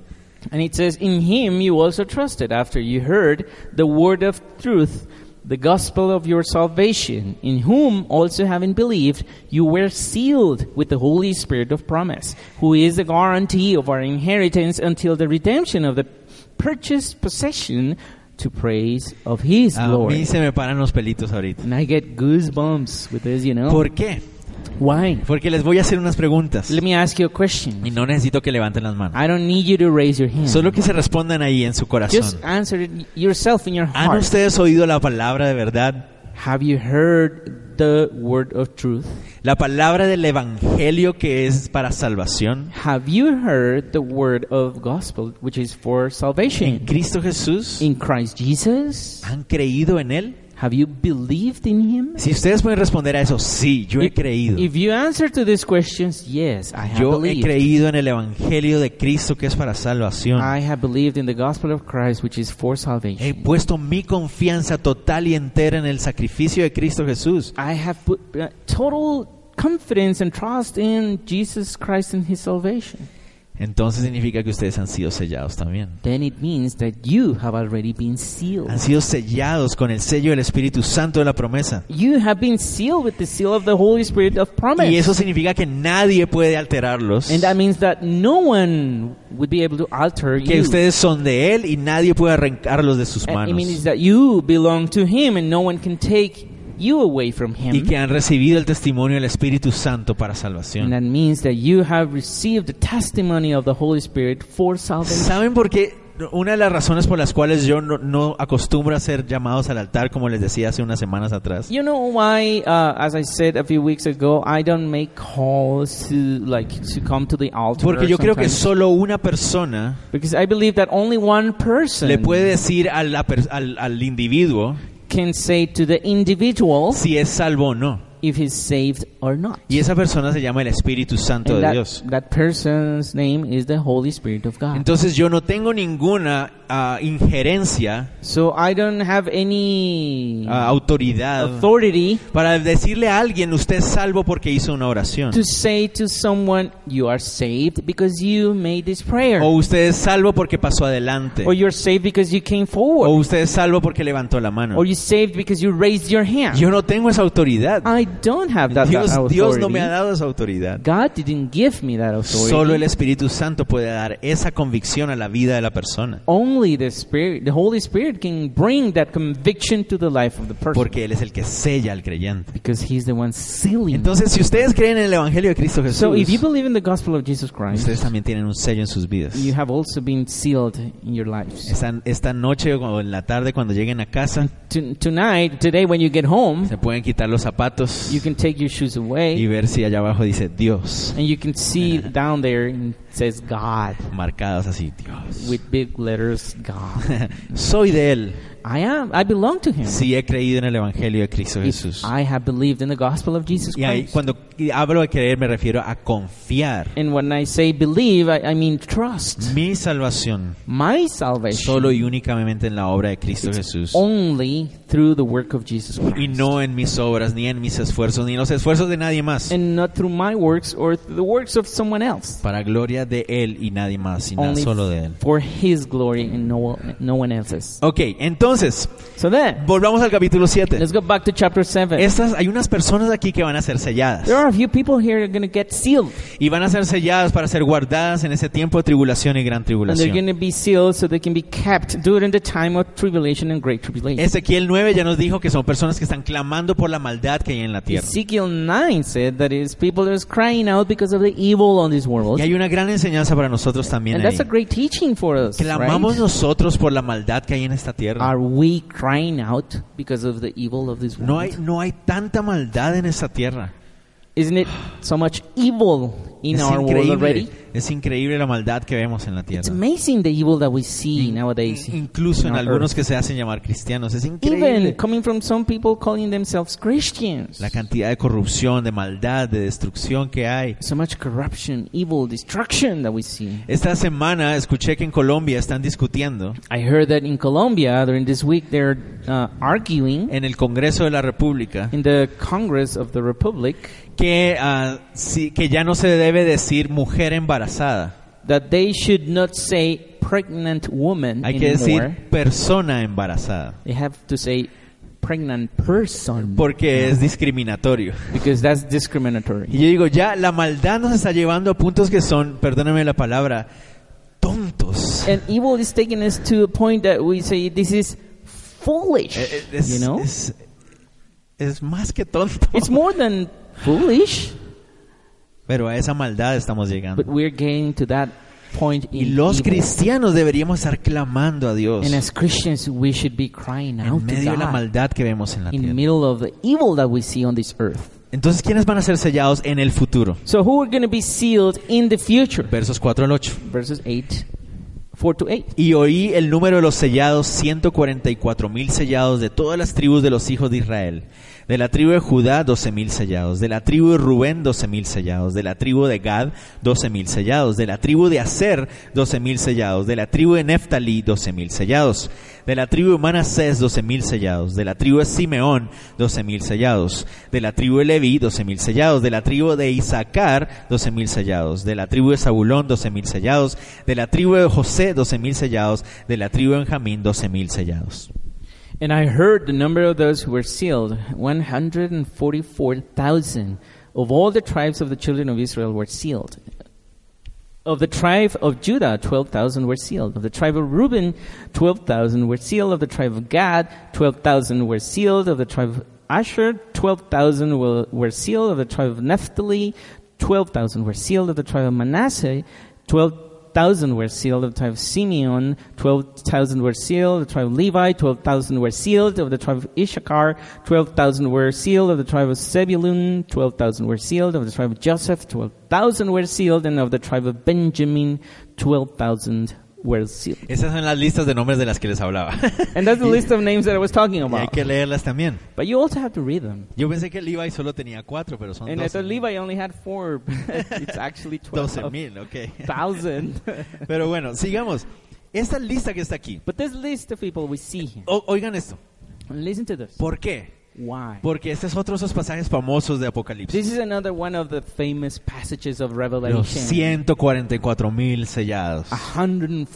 Speaker 2: And it says, In him you also trusted after you heard the word of truth, the gospel of your salvation, in whom also having believed, you were sealed with the Holy Spirit of promise, who is the guarantee of our inheritance until the redemption of the purchased possession to praise of his
Speaker 1: A mí
Speaker 2: glory.
Speaker 1: se me paran los pelitos ahorita.
Speaker 2: And I get goosebumps with this, you know.
Speaker 1: ¿Por qué?
Speaker 2: Why?
Speaker 1: Porque les voy a hacer unas preguntas.
Speaker 2: Let me ask you a
Speaker 1: Y
Speaker 2: question.
Speaker 1: no necesito que levanten las manos.
Speaker 2: I don't need you to raise your hand.
Speaker 1: Solo que se respondan ahí en su corazón.
Speaker 2: Just answer it yourself in your
Speaker 1: ¿Han
Speaker 2: heart.
Speaker 1: ustedes oído la palabra de verdad?
Speaker 2: Have you heard the word of truth?
Speaker 1: La palabra del evangelio que es para salvación.
Speaker 2: Have you heard the word of gospel, which is for
Speaker 1: En
Speaker 2: salvation?
Speaker 1: Cristo Jesús.
Speaker 2: In Christ Jesus?
Speaker 1: ¿Han creído en él?
Speaker 2: Have you believed in him?
Speaker 1: Si ustedes pueden responder a eso, sí, yo he
Speaker 2: If,
Speaker 1: creído.
Speaker 2: if you answer to these questions, yes, I have
Speaker 1: Yo he
Speaker 2: believed.
Speaker 1: creído en el evangelio de Cristo que es para salvación.
Speaker 2: I have believed in the gospel of Christ, which is for salvation.
Speaker 1: He puesto mi confianza total y entera en el sacrificio de Cristo Jesús.
Speaker 2: I have put uh, total confidence and trust in Jesus Christ and his salvation.
Speaker 1: Entonces significa que ustedes han sido sellados también.
Speaker 2: Then it means that you have already been sealed.
Speaker 1: Han sido sellados con el sello del Espíritu Santo de la promesa.
Speaker 2: You have been sealed with the seal of the Holy Spirit of promise.
Speaker 1: Y eso significa que nadie puede alterarlos.
Speaker 2: And that means that no one would be able to alter
Speaker 1: Que
Speaker 2: you.
Speaker 1: ustedes son de él y nadie puede arrancarlos de sus
Speaker 2: And it means
Speaker 1: manos.
Speaker 2: that you belong to Him and no one can take you away from Him.
Speaker 1: Y que han recibido el testimonio del Espíritu Santo para
Speaker 2: And
Speaker 1: salvación.
Speaker 2: that means that you have received the testimony of the Holy Spirit for salvation.
Speaker 1: ¿Saben por qué? Una de las razones por las cuales yo no, no acostumbro a ser llamados al altar, como les decía hace unas semanas atrás,
Speaker 2: You know why, uh, as I said a few weeks ago, I don't make calls to like to come to the altar.
Speaker 1: porque yo creo que
Speaker 2: sometimes?
Speaker 1: solo una persona
Speaker 2: because I believe that only one person
Speaker 1: le puede decir a la per- al, al individuo
Speaker 2: can say to the individual
Speaker 1: si es salvo o no.
Speaker 2: if he's saved or not.
Speaker 1: Y esa persona se llama el Espíritu Santo
Speaker 2: And
Speaker 1: de
Speaker 2: that,
Speaker 1: Dios.
Speaker 2: that person's name is the Holy Spirit of God.
Speaker 1: Entonces yo no tengo ninguna ah, injerencia,
Speaker 2: so I don't have any
Speaker 1: ah, autoridad
Speaker 2: authority
Speaker 1: para decirle a alguien usted es salvo porque hizo una oración
Speaker 2: to say to someone, you are saved because you made this prayer.
Speaker 1: o usted es salvo porque pasó adelante
Speaker 2: Or you're saved because you came
Speaker 1: o
Speaker 2: forward.
Speaker 1: usted es salvo porque levantó la mano.
Speaker 2: Or you're saved because you raised your hand.
Speaker 1: Yo no tengo esa autoridad.
Speaker 2: I don't have that, that
Speaker 1: Dios,
Speaker 2: authority.
Speaker 1: Dios no me ha dado esa autoridad.
Speaker 2: God didn't give me that authority.
Speaker 1: Solo el Espíritu Santo puede dar esa convicción a la vida de la persona,
Speaker 2: Only the Spirit, the Holy Spirit can bring that conviction to the life of the person.
Speaker 1: porque él es el que sella al creyente.
Speaker 2: because he's the one sealing
Speaker 1: Entonces, si ustedes creen en el Evangelio de Cristo
Speaker 2: So if you
Speaker 1: Jesús,
Speaker 2: believe in the gospel of Jesus
Speaker 1: ustedes
Speaker 2: Christ,
Speaker 1: también tienen un sello en sus vidas.
Speaker 2: you have also been sealed in your lives.
Speaker 1: Esta, esta noche o en la tarde cuando lleguen a casa,
Speaker 2: To- tonight, today, when you get home,
Speaker 1: se pueden quitar los zapatos
Speaker 2: you can take your shoes
Speaker 1: y
Speaker 2: away
Speaker 1: ver si allá abajo dice Dios,
Speaker 2: and you can see down there and it says God
Speaker 1: marcados así, Dios.
Speaker 2: with big letters. God,
Speaker 1: Soy de él
Speaker 2: I am. I belong to Him.
Speaker 1: si he creído en el Evangelio de Cristo
Speaker 2: If
Speaker 1: Jesús.
Speaker 2: I have believed in the gospel of Jesus
Speaker 1: Y ahí,
Speaker 2: Christ.
Speaker 1: cuando hablo de creer me refiero a confiar.
Speaker 2: And when I say believe, I, I mean trust.
Speaker 1: Mi salvación
Speaker 2: My salvation
Speaker 1: Mm. solo y únicamente en la obra de Cristo Jesús.
Speaker 2: only through the work of Jesus Christ.
Speaker 1: Y no en mis obras, ni en mis esfuerzos, ni en los esfuerzos de nadie más.
Speaker 2: And not through my works or through the works of someone else.
Speaker 1: Para gloria de Él y nadie más, sino
Speaker 2: only
Speaker 1: solo de Él.
Speaker 2: for His glory and no, no one else's.
Speaker 1: Ok, entonces,
Speaker 2: So then,
Speaker 1: volvamos al capítulo 7.
Speaker 2: let's go back to chapter 7.
Speaker 1: Estas, hay unas personas aquí que van a ser selladas.
Speaker 2: there are a few people here that are going to get sealed.
Speaker 1: Y van a ser selladas para ser guardadas en ese tiempo de tribulación y gran
Speaker 2: And they're going
Speaker 1: tribulación.
Speaker 2: to be sealed so they can be kept during the time of tribulation and great tribulation.
Speaker 1: Ezequiel 9 ya nos dijo que son personas que están clamando por la maldad que hay en la tierra.
Speaker 2: Ezekiel 9 said that is people that is crying out because of the evil on this world.
Speaker 1: Y hay una gran enseñanza para nosotros también
Speaker 2: and
Speaker 1: ahí.
Speaker 2: that's a great teaching for us.
Speaker 1: Clamamos
Speaker 2: right?
Speaker 1: nosotros por la maldad que hay en esta tierra.
Speaker 2: Are we crying out because of the evil of this world?
Speaker 1: No hay, no hay tanta maldad en esta tierra.
Speaker 2: Isn't it so much evil in
Speaker 1: es,
Speaker 2: our world already.
Speaker 1: increíble, es increíble la maldad que vemos en la
Speaker 2: It's
Speaker 1: tierra.
Speaker 2: amazing the evil that we
Speaker 1: Mm-hmm.
Speaker 2: see nowadays.
Speaker 1: Incluso
Speaker 2: in
Speaker 1: en
Speaker 2: our
Speaker 1: algunos
Speaker 2: earth.
Speaker 1: que se hacen llamar cristianos. Es
Speaker 2: Even
Speaker 1: increíble
Speaker 2: coming from some people calling themselves Christians.
Speaker 1: la cantidad de corrupción, de maldad, de destrucción que hay.
Speaker 2: So much corruption, evil, destruction that we see.
Speaker 1: Esta semana escuché que en Colombia están discutiendo
Speaker 2: I heard that in Colombia during this week they're uh, arguing
Speaker 1: en el Congreso de la República
Speaker 2: in the Congress of the Republic
Speaker 1: que, ah, sí, que ya no se debe decir mujer embarazada.
Speaker 2: that they should not say pregnant woman
Speaker 1: Hay que
Speaker 2: anymore.
Speaker 1: decir persona embarazada
Speaker 2: They have to say pregnant person
Speaker 1: porque es discriminatorio.
Speaker 2: because that's discriminatory.
Speaker 1: Y yo digo, ya la maldad nos está llevando a puntos que son, perdóname la palabra, tontos. Eh,
Speaker 2: And evil is taking us to a point that we say this is foolish.
Speaker 1: Eh, eh, Es,
Speaker 2: you know?
Speaker 1: es- es más que tonto.
Speaker 2: It's more than foolish,
Speaker 1: Pero a esa maldad estamos llegando.
Speaker 2: but we're getting to that point in
Speaker 1: Y los
Speaker 2: evil.
Speaker 1: cristianos deberíamos estar clamando a Dios
Speaker 2: And as Christians, we should be crying out
Speaker 1: en medio
Speaker 2: to
Speaker 1: de la
Speaker 2: God
Speaker 1: maldad que vemos en la
Speaker 2: in the
Speaker 1: tierra.
Speaker 2: middle of the evil that we see on this earth.
Speaker 1: Entonces, ¿quiénes van a ser sellados en el futuro?
Speaker 2: So who are going to be sealed in the future?
Speaker 1: Versos 4 al 8.
Speaker 2: Verses 8, 4 to 8.
Speaker 1: Y oí el número de los sellados, 144 mil sellados de todas las tribus de los hijos de Israel. De la tribu de Judá, 12 mil sellados. De la tribu de Rubén, 12 mil sellados. De la tribu de Gad, 12 mil sellados. De la tribu de Aser, 12 mil sellados. De la tribu de Neftalí, 12 mil sellados. De la tribu de Manasés, 12 mil sellados. De la tribu de Simeón, 12 mil sellados. De la tribu de Leví, 12 mil sellados. De la tribu de Isaacar, 12 mil sellados. De la tribu de Zabulón, 12 mil sellados. De la tribu de José, 12 mil sellados. De la tribu de Benjamín, 12 mil sellados.
Speaker 2: And I heard the number of those who were sealed 144,000 of all the tribes of the children of Israel were sealed. Of the tribe of Judah, 12,000 were sealed. Of the tribe of Reuben, 12,000 were sealed. Of the tribe of Gad, 12,000 were sealed. Of the tribe of Asher, 12,000 were were sealed. Of the tribe of Naphtali, 12,000 were sealed. Of the tribe of Manasseh, 12,000 were sealed. Of the tribe of Simeon, 12,000 were sealed. Of the tribe of Levi, 12,000 were sealed. Of the tribe of Issachar, 12,000 were sealed. Of the tribe of Zebulun, 12,000 were sealed. Of the tribe of Joseph, 12,000 were sealed. And of the tribe of Benjamin, 12,000 were sealed.
Speaker 1: Esas son las listas de nombres de las que les hablaba.
Speaker 2: And that's the list of names that I was
Speaker 1: Y
Speaker 2: talking
Speaker 1: hay
Speaker 2: about.
Speaker 1: que leerlas también.
Speaker 2: But you also have to read them.
Speaker 1: Yo pensé que Levi solo tenía cuatro, pero son
Speaker 2: And I thought
Speaker 1: 12
Speaker 2: Levi only had four. but it's actually 12,000.
Speaker 1: mil, ok. Pero bueno, sigamos. Esta lista que está aquí.
Speaker 2: But this list of people we see here.
Speaker 1: o- oigan esto.
Speaker 2: Listen to this.
Speaker 1: ¿Por qué?
Speaker 2: Why?
Speaker 1: Porque este es otro de esos pasajes famosos de Apocalipsis.
Speaker 2: This is another one of the famous passages of
Speaker 1: Los
Speaker 2: Revelation.
Speaker 1: 144 mil sellados.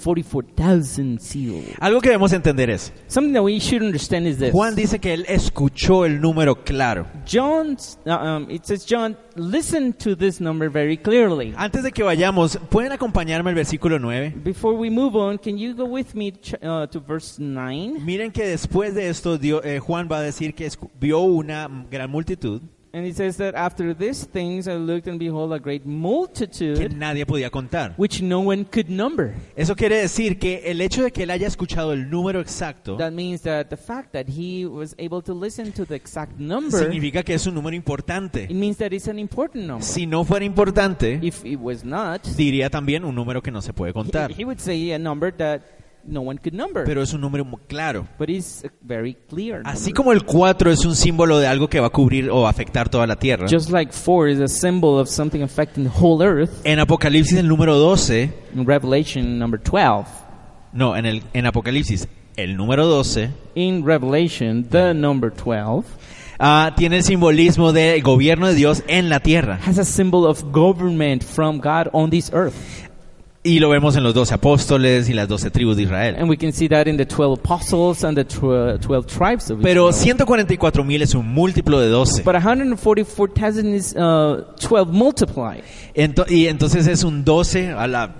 Speaker 2: 144,000 sealed.
Speaker 1: Algo que debemos entender es,
Speaker 2: Something that we should understand is this.
Speaker 1: Juan dice que él escuchó el número claro.
Speaker 2: John, uh, um, it says, John, listen to this number very clearly.
Speaker 1: Antes de que vayamos, ¿pueden acompañarme al versículo 9?
Speaker 2: Before we move on, can you go with me ch- uh, to verse 9?
Speaker 1: Miren que después de esto dio- eh, Juan va a decir que escu- vio una gran multitud
Speaker 2: And it says that after these things I looked and behold a great
Speaker 1: que
Speaker 2: multitude
Speaker 1: nadie podía contar.
Speaker 2: which no one could number.
Speaker 1: Eso quiere decir que el hecho de que él haya escuchado el número exacto
Speaker 2: That means that the fact that he was able to listen to the exact number, it
Speaker 1: significa que es un número importante.
Speaker 2: means that it's an important number.
Speaker 1: Si no fuera importante,
Speaker 2: If it was not, he,
Speaker 1: diría también un número que no se puede contar.
Speaker 2: he would say a number that no one could number.
Speaker 1: Pero es un número muy claro.
Speaker 2: but it's a very clear.
Speaker 1: Así
Speaker 2: number.
Speaker 1: como el 4 es un símbolo de algo que va a cubrir o afectar toda la tierra,
Speaker 2: Just like 4 is a symbol of something affecting the whole earth,
Speaker 1: en Apocalipsis el número 12,
Speaker 2: in Revelation number 12,
Speaker 1: no, en, el, en Apocalipsis el número 12,
Speaker 2: in Revelation, the number 12
Speaker 1: ah, tiene el simbolismo del gobierno de Dios en la tierra.
Speaker 2: has a symbol of government from God on this earth.
Speaker 1: Y lo vemos en los 12 apóstoles y las 12 tribus de Israel.
Speaker 2: And we can see that in the 12 apostles and the tw- 12 tribes of Israel.
Speaker 1: Pero 144 mil es un múltiplo de 12.
Speaker 2: But 144,000 is uh, 12 multiplied.
Speaker 1: Ento- y entonces es un 12 a la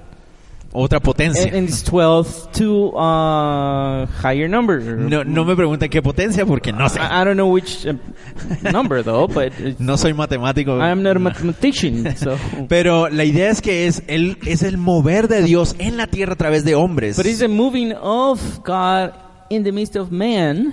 Speaker 1: otra
Speaker 2: And,
Speaker 1: potencia.
Speaker 2: and it's 12 to uh, higher numbers.
Speaker 1: No, no me pregunten qué potencia porque no sé.
Speaker 2: I, I don't know which um, number though, but it's-
Speaker 1: No soy matemático.
Speaker 2: I'm not a mathematician, so.
Speaker 1: Pero la idea es que es el, es el mover de Dios en la tierra a través de hombres.
Speaker 2: But it's a moving of God in the midst of man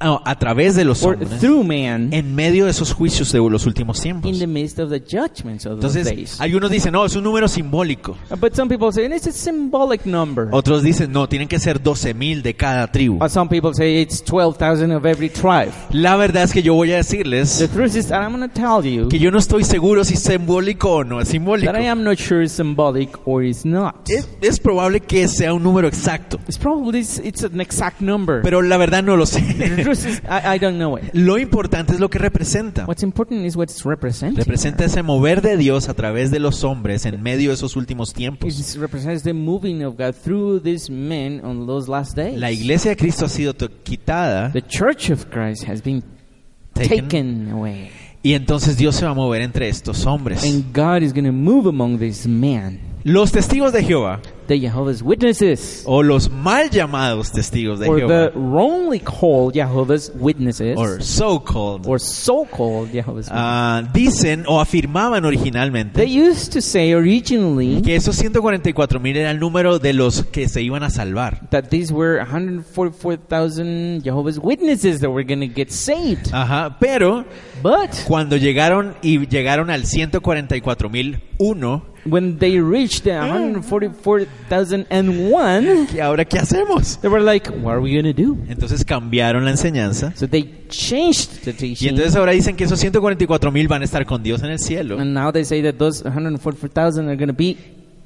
Speaker 1: Ah, No, a través de los
Speaker 2: or
Speaker 1: hombres.
Speaker 2: through man
Speaker 1: En medio de esos juicios de los últimos tiempos.
Speaker 2: in the midst of the judgments of those
Speaker 1: Entonces,
Speaker 2: days. Uh,
Speaker 1: algunos dicen, no, es un número simbólico.
Speaker 2: But some people say it's a symbolic number.
Speaker 1: Otros dicen, no, tienen que ser 12.000 de cada tribu.
Speaker 2: Or some people say it's 12,000 of every tribe.
Speaker 1: La verdad es que yo voy a
Speaker 2: The
Speaker 1: decirles
Speaker 2: truth is that I'm going to tell you
Speaker 1: que yo no estoy seguro si es simbólico o no es simbólico.
Speaker 2: that I am not sure it's symbolic or it's not.
Speaker 1: Es, es probable que sea un número exacto,
Speaker 2: It's probably it's, it's an exact number.
Speaker 1: pero la verdad no lo
Speaker 2: the
Speaker 1: sé.
Speaker 2: truth is I, I don't know it.
Speaker 1: Lo importante es lo que representa.
Speaker 2: What's important is what it's representing.
Speaker 1: Representa ese mover de Dios a través de los hombres en medio de esos últimos tiempos.
Speaker 2: It represents the moving of God through these men on those last days.
Speaker 1: La iglesia de Cristo ha sido to- quitada
Speaker 2: The church of Christ has been
Speaker 1: taken,
Speaker 2: taken away.
Speaker 1: y entonces Dios se va a mover entre estos hombres.
Speaker 2: And God is going to move among these men,
Speaker 1: Los testigos de Jehová
Speaker 2: the Jehovah's Witnesses,
Speaker 1: o los mal llamados testigos de
Speaker 2: or the
Speaker 1: Jehová
Speaker 2: wrongly called Jehovah's Witnesses,
Speaker 1: or so called
Speaker 2: or so-called Jehovah's Witnesses.
Speaker 1: ah, dicen o afirmaban
Speaker 2: They
Speaker 1: originalmente
Speaker 2: used to say originally
Speaker 1: que esos 144 mil era el número de los que se iban a salvar.
Speaker 2: that these were 144,000 Jehovah's Witnesses that were going to get saved.
Speaker 1: Ajá, pero
Speaker 2: But
Speaker 1: cuando llegaron y llegaron al 144 mil uno,
Speaker 2: when they reached the 144,001,
Speaker 1: ¿y ahora qué hacemos?
Speaker 2: they were like, what are we going to do?
Speaker 1: Entonces cambiaron la enseñanza.
Speaker 2: So they changed the
Speaker 1: Y
Speaker 2: teaching.
Speaker 1: entonces ahora dicen que esos 144 mil van a estar con Dios en el cielo.
Speaker 2: And now they say that those 144,000 are going to be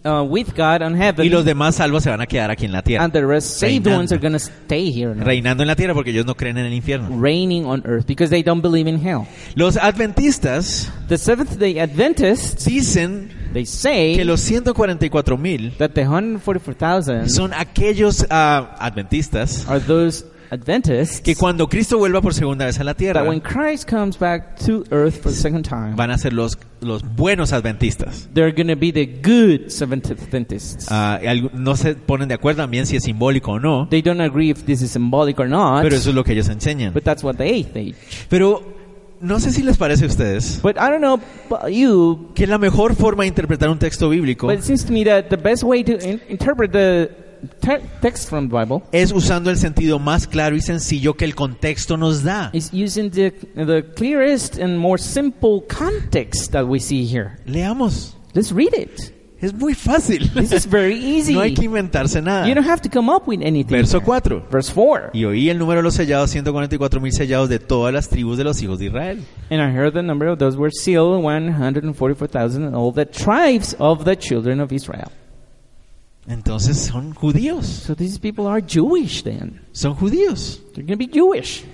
Speaker 2: uh, with God on heaven.
Speaker 1: Y los demás salvos se van a quedar aquí en la tierra.
Speaker 2: and the rest saved
Speaker 1: Reinando.
Speaker 2: ones are going to stay here on earth,
Speaker 1: Reinando en la tierra porque ellos no creen en el infierno.
Speaker 2: reigning on earth because they don't believe in hell.
Speaker 1: Los adventistas
Speaker 2: The Seventh day Adventists,
Speaker 1: dicen
Speaker 2: they say
Speaker 1: que los 144 mil
Speaker 2: that the 144,000
Speaker 1: son aquellos ah, adventistas
Speaker 2: are those Adventists
Speaker 1: que cuando Cristo vuelva por segunda vez a la tierra
Speaker 2: that when Christ comes back to earth for the second time,
Speaker 1: van a ser los, los buenos adventistas.
Speaker 2: they're going to be the good Seventh Adventists.
Speaker 1: Ah, algu- no se ponen de acuerdo también si es simbólico o no,
Speaker 2: they don't agree if this is symbolic or not,
Speaker 1: pero eso es lo que ellos enseñan.
Speaker 2: but that's what they think.
Speaker 1: Pero no sé si les parece a ustedes
Speaker 2: But I don't know about you,
Speaker 1: que la mejor forma de interpretar un texto bíblico
Speaker 2: But it seems to me that the best way to in- interpret the te- text from the Bible
Speaker 1: es usando el sentido más claro y sencillo que el contexto nos da.
Speaker 2: is using the, the clearest and more simple context that we see here.
Speaker 1: Leamos.
Speaker 2: Let's read it.
Speaker 1: Es muy fácil.
Speaker 2: This is very easy.
Speaker 1: No hay que
Speaker 2: You
Speaker 1: inventarse nada.
Speaker 2: don't have to come up with anything.
Speaker 1: Ah. Verso
Speaker 2: here.
Speaker 1: 4.
Speaker 2: Verse 4.
Speaker 1: Y oí el número de los sellados, 144 mil sellados de todas las tribus de los hijos de Israel.
Speaker 2: And I heard the number of those were sealed 144,000 and all the tribes of the children of Israel.
Speaker 1: Entonces son judíos.
Speaker 2: So these people are Jewish then.
Speaker 1: Son judíos.
Speaker 2: They're going to be Jewish.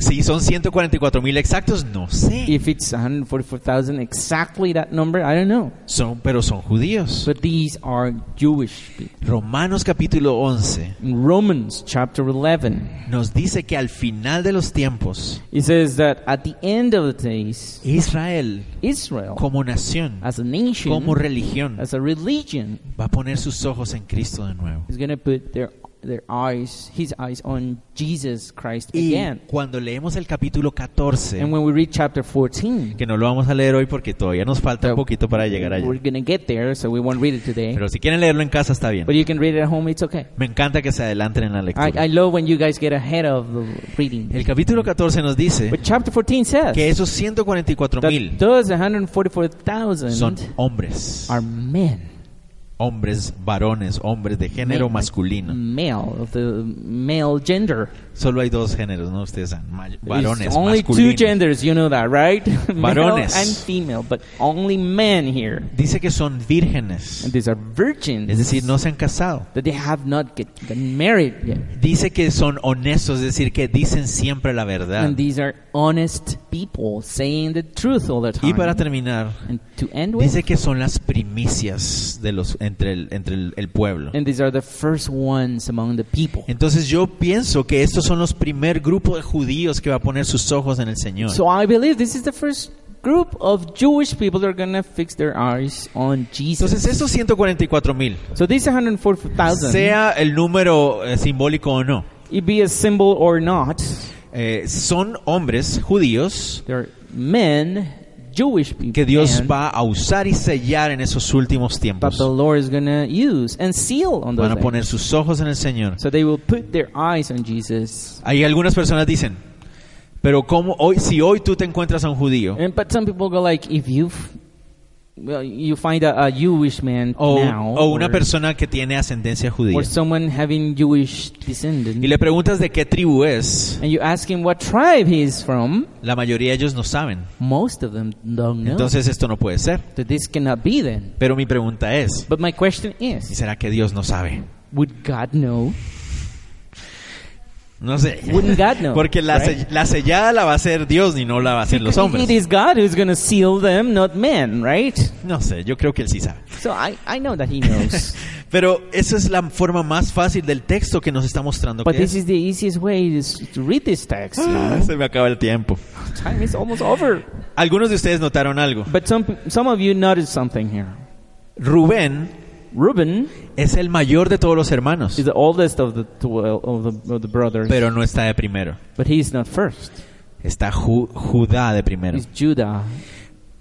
Speaker 1: Si son 144 mil exactos, no sé.
Speaker 2: If it's 144,000 exactly that number, I don't know.
Speaker 1: Son, pero son judíos.
Speaker 2: But these are Jewish people.
Speaker 1: Romanos capítulo 11
Speaker 2: In Romans chapter 11,
Speaker 1: nos dice que al final de los tiempos,
Speaker 2: it says that at the end of the days,
Speaker 1: Israel
Speaker 2: Israel,
Speaker 1: como nación,
Speaker 2: as a nation,
Speaker 1: como religión,
Speaker 2: as a religion,
Speaker 1: va a poner sus ojos en Cristo de nuevo.
Speaker 2: is going to put their their eyes, his eyes, on Jesus Christ
Speaker 1: Y
Speaker 2: again.
Speaker 1: cuando leemos el capítulo
Speaker 2: And
Speaker 1: 14,
Speaker 2: when we read chapter 14,
Speaker 1: que no lo vamos a leer hoy porque todavía nos falta un poquito para llegar allá.
Speaker 2: we're going to get there, so we won't read it today.
Speaker 1: Pero si quieren leerlo en casa está bien.
Speaker 2: But you can read it at home, it's okay.
Speaker 1: Me encanta que se adelanten en la
Speaker 2: I, I
Speaker 1: lectura.
Speaker 2: love when you guys get ahead of the reading.
Speaker 1: El capítulo 14 nos dice
Speaker 2: But chapter 14 says
Speaker 1: que esos 144
Speaker 2: that
Speaker 1: mil
Speaker 2: those
Speaker 1: son
Speaker 2: 144,000
Speaker 1: hombres,
Speaker 2: are men.
Speaker 1: hombres varones, hombres de género
Speaker 2: Male,
Speaker 1: masculino.
Speaker 2: Male, of the male gender.
Speaker 1: Solo hay dos géneros, ¿no? Ustedes saben, may- varones,
Speaker 2: There's only two
Speaker 1: masculinos.
Speaker 2: genders, you know that, right? Male
Speaker 1: Varones.
Speaker 2: and female, but only men here.
Speaker 1: Dice que son vírgenes,
Speaker 2: And these are virgins.
Speaker 1: es decir, no se han casado.
Speaker 2: that they have not get, gotten married yet.
Speaker 1: Dice que son honestos, es decir, que dicen siempre la verdad.
Speaker 2: And these are honest people saying the truth all the time.
Speaker 1: Y para terminar,
Speaker 2: and to end with,
Speaker 1: dice que son las primicias de los entre el, entre el- el pueblo.
Speaker 2: and these are the first ones among the people.
Speaker 1: Entonces yo pienso que estos son los primer grupo de judíos que va a poner sus ojos en el Señor.
Speaker 2: So I believe this is the first group of Jewish people that are going to fix their eyes on Jesus.
Speaker 1: Entonces estos 144 mil,
Speaker 2: so these 144,000
Speaker 1: sea el número eh, simbólico o no,
Speaker 2: it be a symbol or not,
Speaker 1: eh, son hombres judíos
Speaker 2: they're men, Jewish people.
Speaker 1: que Dios va a usar y sellar en esos últimos
Speaker 2: But
Speaker 1: tiempos.
Speaker 2: the Lord is going to use and seal on those
Speaker 1: Van a
Speaker 2: lands.
Speaker 1: poner sus ojos en el Señor.
Speaker 2: So they will put their eyes on Jesus.
Speaker 1: Hay algunas personas dicen, pero cómo hoy si hoy tú te encuentras a un judío
Speaker 2: And, but some people go like, if you, well, you find a, a Jewish man
Speaker 1: o,
Speaker 2: now,
Speaker 1: o una
Speaker 2: or-
Speaker 1: persona que tiene ascendencia judía
Speaker 2: or someone having Jewish
Speaker 1: y
Speaker 2: descendants,
Speaker 1: le preguntas de qué tribu es,
Speaker 2: and you ask him what tribe he is from,
Speaker 1: la mayoría de ellos no saben.
Speaker 2: most of them don't know
Speaker 1: Entonces esto no puede ser.
Speaker 2: that this cannot be then.
Speaker 1: Pero mi pregunta es,
Speaker 2: But my question
Speaker 1: ¿y
Speaker 2: is,
Speaker 1: será que Dios no sabe?
Speaker 2: would God know?
Speaker 1: No sé.
Speaker 2: Wouldn't God know,
Speaker 1: Porque la,
Speaker 2: right?
Speaker 1: se- la sellada la va a hacer Dios y no la va a hacer los
Speaker 2: It
Speaker 1: hombres.
Speaker 2: is God who's going to seal them, not men, right?
Speaker 1: No sé, yo creo que él sí sabe.
Speaker 2: So I, I know that he knows.
Speaker 1: Pero esa es la forma más fácil del texto que nos está mostrando.
Speaker 2: but
Speaker 1: Que
Speaker 2: this
Speaker 1: es.
Speaker 2: is the easiest way is to read this text.
Speaker 1: Ah, Se me acaba el tiempo.
Speaker 2: Time is almost over.
Speaker 1: Algunos de ustedes notaron algo.
Speaker 2: But some, some of you noticed something here.
Speaker 1: Rubén
Speaker 2: Reuben
Speaker 1: es el mayor de todos los hermanos,
Speaker 2: is the oldest of the twelve of the, of the brothers,
Speaker 1: pero no está de primero.
Speaker 2: but he's not first.
Speaker 1: Está Ju- Judá de primero.
Speaker 2: It's Judah.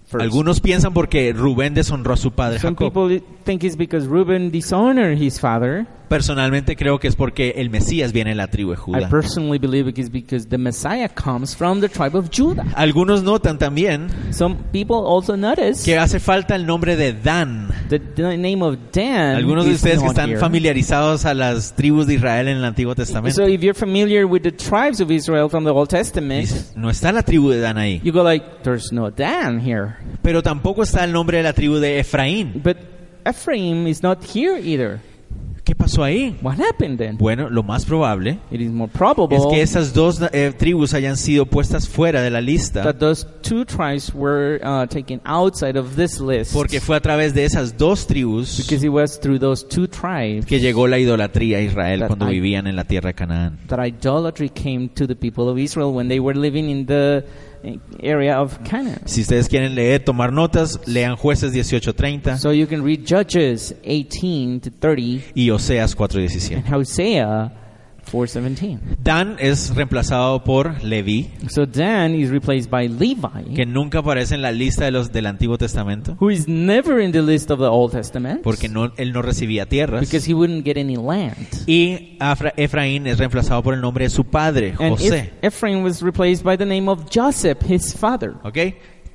Speaker 2: First.
Speaker 1: Algunos piensan porque Rubén deshonró a su padre
Speaker 2: Some
Speaker 1: Jacob.
Speaker 2: people think it's because Reuben dishonored his father.
Speaker 1: Personalmente creo que es porque el Mesías viene de la tribu de
Speaker 2: I
Speaker 1: Judá.
Speaker 2: personally believe it is because the Messiah comes from the tribe of Judah.
Speaker 1: Algunos notan también
Speaker 2: Some people also notice
Speaker 1: que hace falta el nombre de Dan.
Speaker 2: that the name of Dan.
Speaker 1: Algunos de
Speaker 2: is
Speaker 1: ustedes que
Speaker 2: not
Speaker 1: están
Speaker 2: here.
Speaker 1: familiarizados a las tribus de Israel en el Antiguo Testamento.
Speaker 2: So if you're familiar with the tribes of Israel from the Old Testament,
Speaker 1: Dices, no está la tribu de Dan ahí,
Speaker 2: you go like, "There's no Dan here,"
Speaker 1: pero tampoco está el nombre de la tribu de Efraín.
Speaker 2: but Ephraim is not here either.
Speaker 1: ¿Qué pasó ahí?
Speaker 2: What happened then?
Speaker 1: Bueno, lo más probable
Speaker 2: It is more
Speaker 1: es
Speaker 2: probable
Speaker 1: que esas dos eh, tribus hayan sido puestas fuera de la lista
Speaker 2: that those two tribes were uh, taken outside of this list
Speaker 1: porque fue a través de esas dos tribus
Speaker 2: because it was through those two tribes
Speaker 1: que llegó la idolatría a Israel cuando vivían en la tierra de Canaán.
Speaker 2: that idolatry came to the people of Israel when they were living in the uh, area of Canaan.
Speaker 1: Si ustedes quieren leer, tomar notas, lean Jueces 18:30
Speaker 2: So you can read Judges 18 to 30
Speaker 1: y Oseas
Speaker 2: and
Speaker 1: 4:17.
Speaker 2: Hosea 4:17.
Speaker 1: Dan es reemplazado por Leví,
Speaker 2: So Dan is replaced by Levi,
Speaker 1: que nunca aparece en la lista de los del Antiguo Testamento
Speaker 2: who is never in the list of the Old Testament
Speaker 1: porque no, él no recibía tierras.
Speaker 2: because he wouldn't get any land.
Speaker 1: Y Afra- Efraín es reemplazado por el nombre de su padre,
Speaker 2: And
Speaker 1: José.
Speaker 2: Eph- Ephraim was replaced by the name of Joseph, his father.
Speaker 1: ¿Ok?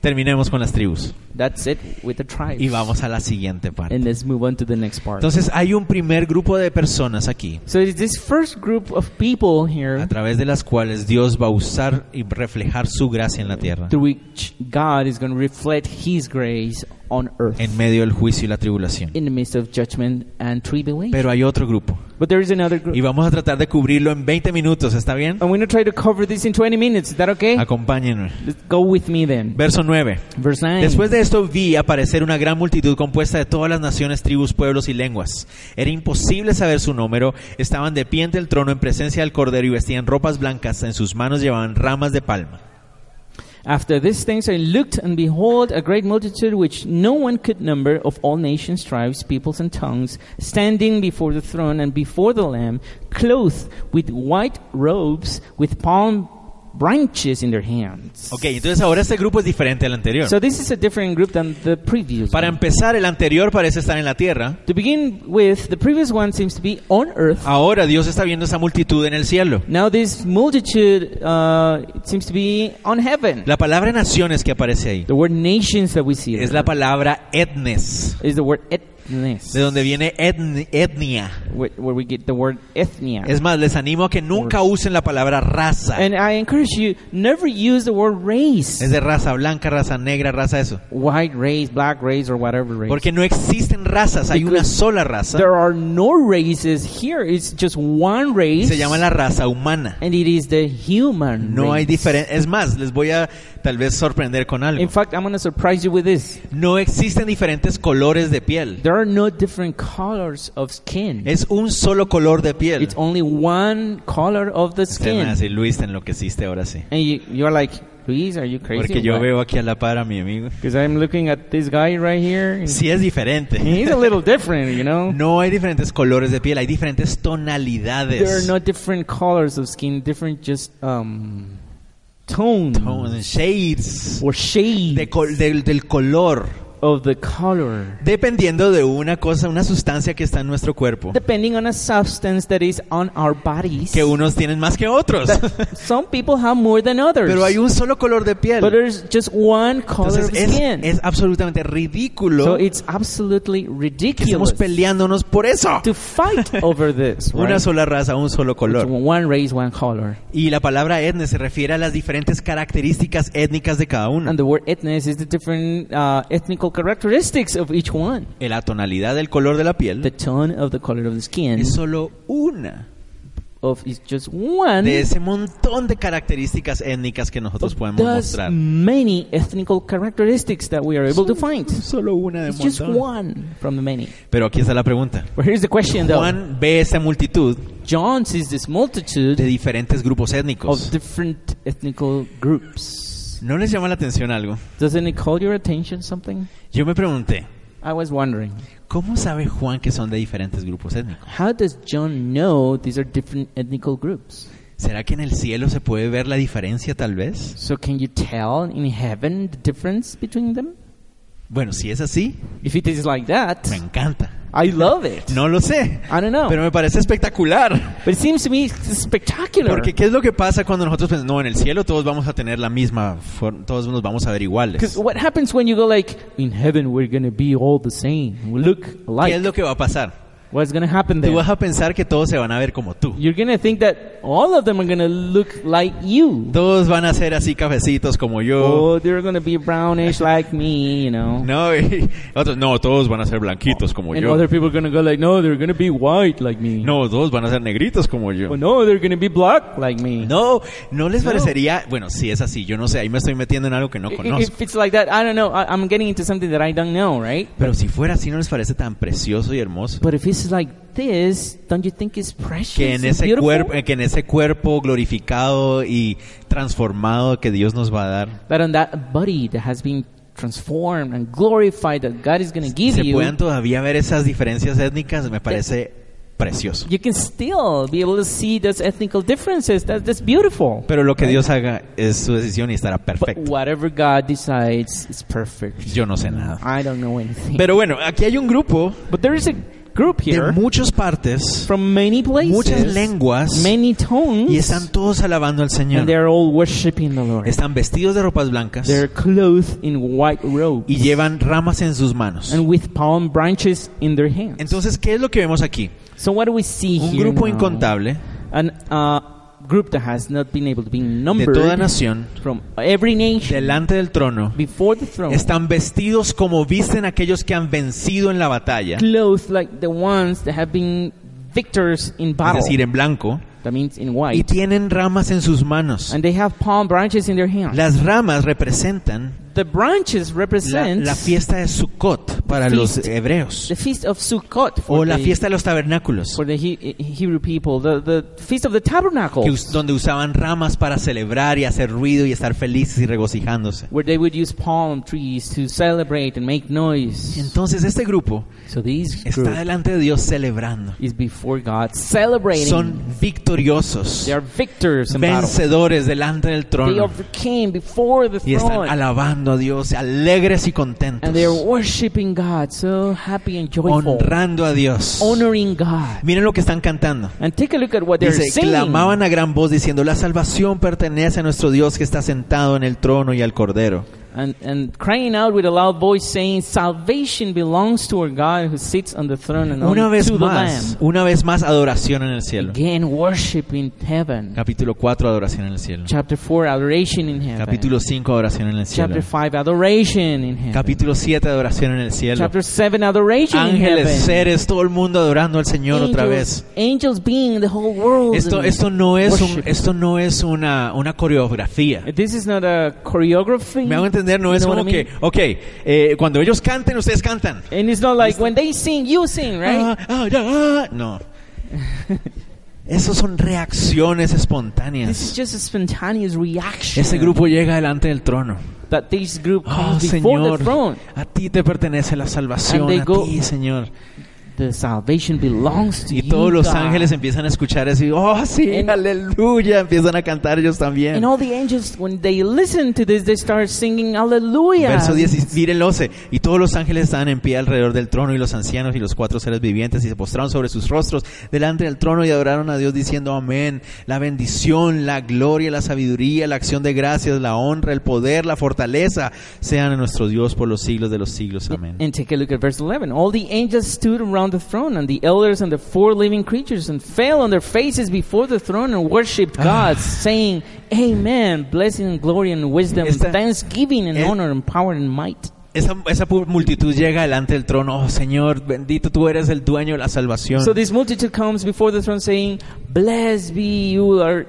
Speaker 1: Terminemos con las tribus
Speaker 2: That's it with the tribes.
Speaker 1: y vamos a la siguiente parte.
Speaker 2: And let's move on to the next part.
Speaker 1: Entonces hay un primer grupo de personas aquí
Speaker 2: So it's this first group of people
Speaker 1: a
Speaker 2: here
Speaker 1: través de las cuales Dios va a usar y reflejar su gracia en la tierra
Speaker 2: through which God is going to reflect His grace on earth
Speaker 1: en medio del juicio y la tribulación.
Speaker 2: in the midst of judgment and tribulation.
Speaker 1: Pero hay otro grupo
Speaker 2: but there is another group.
Speaker 1: y vamos a tratar de cubrirlo en 20 minutos, ¿está bien?
Speaker 2: I'm going to try to cover this in 20 minutes. Is that okay?
Speaker 1: Acompáñenme.
Speaker 2: Let's go with me then.
Speaker 1: Verso 9.
Speaker 2: Verse 9.
Speaker 1: Después de esto vi aparecer una gran multitud compuesta de todas las naciones, tribus, pueblos y lenguas. Era imposible saber su número. Estaban de pie ante el trono en presencia del cordero y vestían ropas blancas. En sus manos llevaban ramas de palma.
Speaker 2: After these things I looked, and behold, a great multitude which no one could number of all nations, tribes, peoples, and tongues, standing before the throne and before the Lamb, clothed with white robes, with palm branches in their hands.
Speaker 1: Ok, entonces ahora este grupo es diferente al anterior.
Speaker 2: So this is a different group than the previous.
Speaker 1: Para
Speaker 2: one.
Speaker 1: empezar, el anterior parece estar en la tierra.
Speaker 2: To begin with, the previous one seems to be on earth.
Speaker 1: Ahora Dios está viendo esa multitud en el cielo.
Speaker 2: Now this multitude uh, it seems to be on heaven.
Speaker 1: La palabra naciones que aparece ahí
Speaker 2: The word nations that we see
Speaker 1: es
Speaker 2: there
Speaker 1: la palabra etnes,
Speaker 2: is the word ethnos.
Speaker 1: de donde viene etn- etnia.
Speaker 2: where, where we get the word ethnia.
Speaker 1: Es más, les animo a que nunca usen la palabra raza.
Speaker 2: And I encourage you never use the word race,
Speaker 1: Es de raza blanca, raza negra, raza eso.
Speaker 2: white race, black race, or whatever race.
Speaker 1: Porque no existen razas, hay una sola raza.
Speaker 2: there are no races here. It's just one race,
Speaker 1: Se llama la raza humana.
Speaker 2: and it is the human.
Speaker 1: No hay
Speaker 2: race.
Speaker 1: diferencia. Es más, les voy a tal vez sorprender con
Speaker 2: In
Speaker 1: algo.
Speaker 2: fact, I'm gonna surprise you with this.
Speaker 1: No existen diferentes colores de piel.
Speaker 2: There are no different colors of skin.
Speaker 1: Es un solo color de piel.
Speaker 2: It's only one color of the
Speaker 1: Se me
Speaker 2: skin.
Speaker 1: hace, Luis, te enloqueciste ahora sí.
Speaker 2: And you, you're like, Luis, are you crazy?
Speaker 1: Porque yo veo aquí a la par a mi amigo.
Speaker 2: Because I'm looking at this guy right here. and
Speaker 1: Sí es diferente.
Speaker 2: He's a little different, you know.
Speaker 1: No hay diferentes colores de piel, hay diferentes
Speaker 2: There are
Speaker 1: tonalidades.
Speaker 2: no different colors of skin, different just um, tone
Speaker 1: Tones, shades
Speaker 2: or shade
Speaker 1: de col- del- del color.
Speaker 2: of the color,
Speaker 1: Dependiendo de una cosa, una sustancia que está en nuestro cuerpo.
Speaker 2: depending on a substance that is on our bodies.
Speaker 1: Que unos tienen más que otros.
Speaker 2: Some people have more than others,
Speaker 1: Pero hay un solo color de piel.
Speaker 2: but there's just one color
Speaker 1: Entonces
Speaker 2: of
Speaker 1: es,
Speaker 2: skin.
Speaker 1: es absolutamente
Speaker 2: so
Speaker 1: ridículo que
Speaker 2: it's absolutely ridiculous
Speaker 1: estemos peleándonos por eso.
Speaker 2: to fight over this.
Speaker 1: Una
Speaker 2: right?
Speaker 1: sola raza, un solo
Speaker 2: It's
Speaker 1: color.
Speaker 2: one race, one color.
Speaker 1: Y la palabra etnia se refiere a las diferentes características étnicas de cada uno.
Speaker 2: And the word ethnic is the different uh, ethnical characteristics of each one.
Speaker 1: Eh, La tonalidad del color de la
Speaker 2: The
Speaker 1: piel
Speaker 2: tone of the color of the skin
Speaker 1: es solo una
Speaker 2: of is just one
Speaker 1: de ese montón de características étnicas que nosotros
Speaker 2: of
Speaker 1: podemos
Speaker 2: those
Speaker 1: mostrar.
Speaker 2: many ethnical characteristics that we are able to find.
Speaker 1: Solo una de
Speaker 2: It's just
Speaker 1: montón.
Speaker 2: one from the many.
Speaker 1: Pero aquí está la pregunta.
Speaker 2: But here's the question though.
Speaker 1: Juan ve esa multitud
Speaker 2: John sees this
Speaker 1: de
Speaker 2: multitude
Speaker 1: diferentes grupos
Speaker 2: of
Speaker 1: étnicos.
Speaker 2: different ethnical groups.
Speaker 1: ¿No les llama la atención algo?
Speaker 2: Doesn't it call your attention something?
Speaker 1: Yo me pregunté,
Speaker 2: I was wondering,
Speaker 1: ¿cómo sabe Juan que son de diferentes grupos étnicos?
Speaker 2: how does John know these are different ethnical groups?
Speaker 1: ¿Será que en el cielo se puede ver la diferencia tal vez?
Speaker 2: So can you tell in heaven the difference between them?
Speaker 1: Bueno, si es así,
Speaker 2: If it is like that,
Speaker 1: me encanta.
Speaker 2: I love it.
Speaker 1: No lo sé,
Speaker 2: I don't know.
Speaker 1: pero me parece espectacular.
Speaker 2: But it seems to me it's spectacular.
Speaker 1: Porque ¿qué es lo que pasa cuando nosotros pensamos, no, en el cielo todos vamos a tener la misma forma, todos nos vamos a ver
Speaker 2: Because
Speaker 1: iguales?
Speaker 2: what happens when you go like, in heaven we're gonna be all the same. We look
Speaker 1: ¿Qué es
Speaker 2: alike.
Speaker 1: lo que va a pasar?
Speaker 2: What's gonna happen
Speaker 1: Tú vas
Speaker 2: there?
Speaker 1: a pensar que todos se van a ver como tú.
Speaker 2: You're gonna think that all of them are gonna look like you.
Speaker 1: Todos van a ser así cafecitos como yo.
Speaker 2: Oh, they're gonna be brownish like me, you know.
Speaker 1: No, y otros, no, todos van a ser blanquitos como
Speaker 2: And
Speaker 1: yo.
Speaker 2: other people are gonna go like, no, they're gonna be white like me.
Speaker 1: No, todos van a ser negritos como yo.
Speaker 2: Oh, no, they're gonna be black like me.
Speaker 1: No, no les parecería. Bueno, si es así, yo no sé, ahí me estoy metiendo en algo que no
Speaker 2: I- i-
Speaker 1: conozco.
Speaker 2: If it's like that, I don't know. I, I'm getting into something that I don't know, right?
Speaker 1: Pero si fuera así, ¿no les parece tan precioso y hermoso?
Speaker 2: But if it's like this, don't you think it's precious?
Speaker 1: Que en,
Speaker 2: it's
Speaker 1: ese
Speaker 2: beautiful?
Speaker 1: cuerpo, que en ese cuerpo glorificado y transformado que Dios nos va a dar,
Speaker 2: that on that body that has been transformed and glorified that God is going to give
Speaker 1: se
Speaker 2: you,
Speaker 1: puedan todavía ver esas diferencias étnicas, me parece precioso.
Speaker 2: you can still be able to see those ethnical differences. That, that's beautiful.
Speaker 1: Pero lo que Dios haga es su decisión y estará
Speaker 2: But
Speaker 1: perfecto.
Speaker 2: whatever God decides is perfect.
Speaker 1: Yo no sé nada.
Speaker 2: I don't know anything.
Speaker 1: Pero bueno, aquí hay un grupo
Speaker 2: but there is a group
Speaker 1: de
Speaker 2: here
Speaker 1: muchas partes,
Speaker 2: from many places,
Speaker 1: muchas lenguas,
Speaker 2: many tones,
Speaker 1: y están todos alabando al
Speaker 2: and
Speaker 1: Señor.
Speaker 2: they're all worshiping the Lord.
Speaker 1: Están vestidos de ropas blancas.
Speaker 2: They're clothed in white robes
Speaker 1: y llevan ramas en sus manos.
Speaker 2: and with palm branches in their hands.
Speaker 1: Entonces, ¿qué es lo que vemos aquí?
Speaker 2: so what do we see
Speaker 1: Un
Speaker 2: here
Speaker 1: grupo
Speaker 2: now?
Speaker 1: incontable
Speaker 2: An uh, group that has not been able to be
Speaker 1: de
Speaker 2: numbered
Speaker 1: toda nación
Speaker 2: from every nation
Speaker 1: delante del trono
Speaker 2: before the throne,
Speaker 1: están vestidos como visten aquellos que han vencido en la batalla,
Speaker 2: clothed like the ones that have been victors in
Speaker 1: es
Speaker 2: battle.
Speaker 1: decir, en blanco,
Speaker 2: that means in
Speaker 1: y
Speaker 2: white.
Speaker 1: tienen ramas en sus manos.
Speaker 2: And they have palm branches in their hands.
Speaker 1: Las ramas representan
Speaker 2: the branches
Speaker 1: la,
Speaker 2: represent
Speaker 1: la fiesta de Sukkot para los hebreos
Speaker 2: the feast of Sukkot for
Speaker 1: o la
Speaker 2: the,
Speaker 1: fiesta de los tabernáculos,
Speaker 2: for the He- Hebrew people, the, the feast of the tabernacle,
Speaker 1: que us- donde usaban ramas para celebrar y hacer ruido y estar felices y regocijándose.
Speaker 2: where they would use palm trees to celebrate and make noise.
Speaker 1: Entonces este grupo
Speaker 2: So these
Speaker 1: está
Speaker 2: group
Speaker 1: delante de Dios celebrando.
Speaker 2: is before God celebrating.
Speaker 1: Son victoriosos,
Speaker 2: They are victors in battle.
Speaker 1: vencedores delante del
Speaker 2: They
Speaker 1: trono
Speaker 2: overcame before the
Speaker 1: y están
Speaker 2: throne.
Speaker 1: alabando a Dios, alegres y
Speaker 2: And they are
Speaker 1: contentos,
Speaker 2: worshiping God, so happy and joyful.
Speaker 1: honrando a Dios.
Speaker 2: Honoring God.
Speaker 1: Miren lo que están cantando.
Speaker 2: And take a look at what they're
Speaker 1: Dice,
Speaker 2: saying.
Speaker 1: clamaban a gran voz diciendo, la salvación pertenece a nuestro Dios que está sentado en el trono y al cordero.
Speaker 2: And, and crying out with a loud voice saying, Salvation belongs to our God who sits on the throne and
Speaker 1: Una
Speaker 2: on
Speaker 1: vez
Speaker 2: to the
Speaker 1: más,
Speaker 2: Lamb.
Speaker 1: una vez más adoración en el cielo.
Speaker 2: Again, worship in heaven.
Speaker 1: Capítulo 4, adoración en el cielo.
Speaker 2: Chapter 4, adoration in heaven.
Speaker 1: Capítulo 5, adoración en el cielo.
Speaker 2: Chapter 5, adoration in heaven.
Speaker 1: Capítulo 7, adoración en el cielo.
Speaker 2: Chapter 7, adoration in
Speaker 1: ángeles,
Speaker 2: heaven.
Speaker 1: seres, todo el mundo adorando al Señor
Speaker 2: angels,
Speaker 1: otra vez.
Speaker 2: angels being in the whole world.
Speaker 1: Esto,
Speaker 2: and
Speaker 1: esto no es, un-
Speaker 2: worship.
Speaker 1: esto no es una, una coreografía.
Speaker 2: This is not a choreography.
Speaker 1: Me hago entender, no es
Speaker 2: You know
Speaker 1: como
Speaker 2: what I mean?
Speaker 1: que, ok, eh, cuando ellos canten, ustedes cantan.
Speaker 2: And it's not like when they sing, you sing, right?
Speaker 1: Ah, ah, ya, ah. No. Eso son reacciones
Speaker 2: This is
Speaker 1: espontáneas.
Speaker 2: just a spontaneous reaction.
Speaker 1: Ese grupo llega delante del trono.
Speaker 2: that this group
Speaker 1: Oh,
Speaker 2: comes before
Speaker 1: Señor,
Speaker 2: the throne.
Speaker 1: a ti te pertenece la salvación,
Speaker 2: And they
Speaker 1: a
Speaker 2: go-
Speaker 1: ti, Señor.
Speaker 2: The salvation belongs to
Speaker 1: Y
Speaker 2: you,
Speaker 1: todos los
Speaker 2: God."
Speaker 1: ángeles empiezan a escuchar eso y, oh, sí,
Speaker 2: En-
Speaker 1: aleluya, empiezan a cantar ellos también.
Speaker 2: And all the angels, when they listen to this, they start singing Hallelujah.
Speaker 1: Verso 10, mira el 11. Y todos los ángeles estaban en pie alrededor del trono y los ancianos y los cuatro seres vivientes y se postraron sobre sus rostros delante del trono y adoraron a Dios diciendo amén. La bendición, la gloria, la sabiduría, la acción de gracias, la honra, el poder, la fortaleza sean a nuestro Dios por los siglos de los siglos. Amén.
Speaker 2: And take a look at verse 11. All the angels stood around the throne, and the elders and the four living creatures, and fell on their faces before the throne and worshipped
Speaker 1: Ah.
Speaker 2: God, saying, Amen, blessing and glory and wisdom, and
Speaker 1: Esta-
Speaker 2: thanksgiving and
Speaker 1: es-
Speaker 2: honor and power and might.
Speaker 1: Esa, esa pu- multitud llega delante del trono. Oh Señor, bendito tú eres el dueño de la salvación.
Speaker 2: So this multitude comes before the throne, saying, Blessed be you are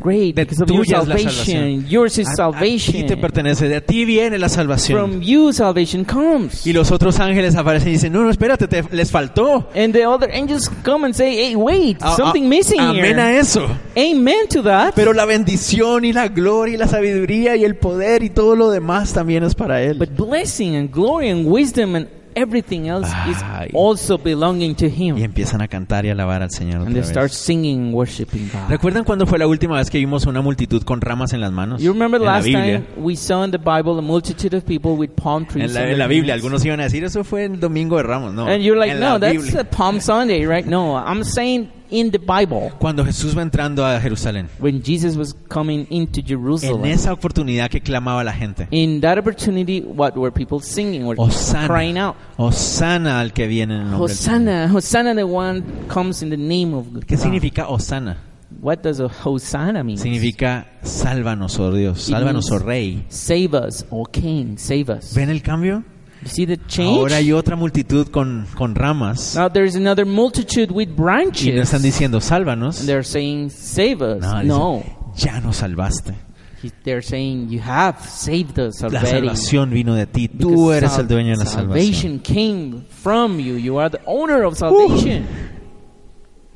Speaker 2: great
Speaker 1: De
Speaker 2: because of your
Speaker 1: tuya es la
Speaker 2: salvation.
Speaker 1: salvación.
Speaker 2: Yours is
Speaker 1: A, a ti te
Speaker 2: salvation.
Speaker 1: pertenece, de a ti viene la salvación.
Speaker 2: From you salvation comes.
Speaker 1: Y los otros ángeles aparecen y dicen, no, no, espérate, te- les faltó.
Speaker 2: And the other angels come and say, hey, wait,
Speaker 1: A- a-
Speaker 2: something missing
Speaker 1: Ah, Amén
Speaker 2: here.
Speaker 1: a eso.
Speaker 2: Amen to that.
Speaker 1: Pero la bendición y la gloria y la sabiduría y el poder y todo lo demás también es para él.
Speaker 2: but blessing and glory and wisdom and everything else
Speaker 1: Ay.
Speaker 2: is also belonging to
Speaker 1: Y
Speaker 2: Him.
Speaker 1: empiezan a cantar y alabar al Señor
Speaker 2: And they
Speaker 1: otra
Speaker 2: start
Speaker 1: vez.
Speaker 2: singing and worshiping God.
Speaker 1: ¿Recuerdan cuándo fue la última vez que vimos una multitud con ramas en las manos?
Speaker 2: You remember
Speaker 1: en la
Speaker 2: last
Speaker 1: Biblia.
Speaker 2: time we saw in the Bible a multitude of people with palm trees.
Speaker 1: En la,
Speaker 2: on
Speaker 1: en la
Speaker 2: their
Speaker 1: Biblia,
Speaker 2: hands.
Speaker 1: algunos iban a decir, eso fue el domingo de Ramos, no.
Speaker 2: And you're like,
Speaker 1: en la
Speaker 2: no, that's
Speaker 1: Biblia.
Speaker 2: a Palm Sunday, right? No, I'm saying in the Bible.
Speaker 1: Cuando Jesús va entrando a Jerusalén,
Speaker 2: When Jesus was coming into
Speaker 1: en
Speaker 2: Jerusalem,
Speaker 1: esa oportunidad que clamaba la gente,
Speaker 2: in that opportunity, what were people singing? Were crying
Speaker 1: Osana,
Speaker 2: out?
Speaker 1: Osana al que viene en el nombre del Señor.
Speaker 2: Hosanna, Hosanna, the one comes in the name of God.
Speaker 1: ¿Qué significa Osana?
Speaker 2: What does a Hosanna mean?
Speaker 1: Significa sálvanos, oh Dios, sálvanos, oh Rey.
Speaker 2: Save us, O King, save us.
Speaker 1: ¿Ven el cambio?
Speaker 2: You see the change?
Speaker 1: Ahora hay otra multitud con, con ramas
Speaker 2: Now there's another multitude with
Speaker 1: y no
Speaker 2: branches.
Speaker 1: están diciendo sálvanos.
Speaker 2: And they're saying, save us.
Speaker 1: No, dicen,
Speaker 2: no.
Speaker 1: ya nos salvaste.
Speaker 2: He- They're saying, you have saved us
Speaker 1: La
Speaker 2: already.
Speaker 1: salvación vino de ti.
Speaker 2: Because
Speaker 1: Tú eres
Speaker 2: sal-
Speaker 1: el dueño de la salvación.
Speaker 2: Salvation came from you. You are the owner of salvation.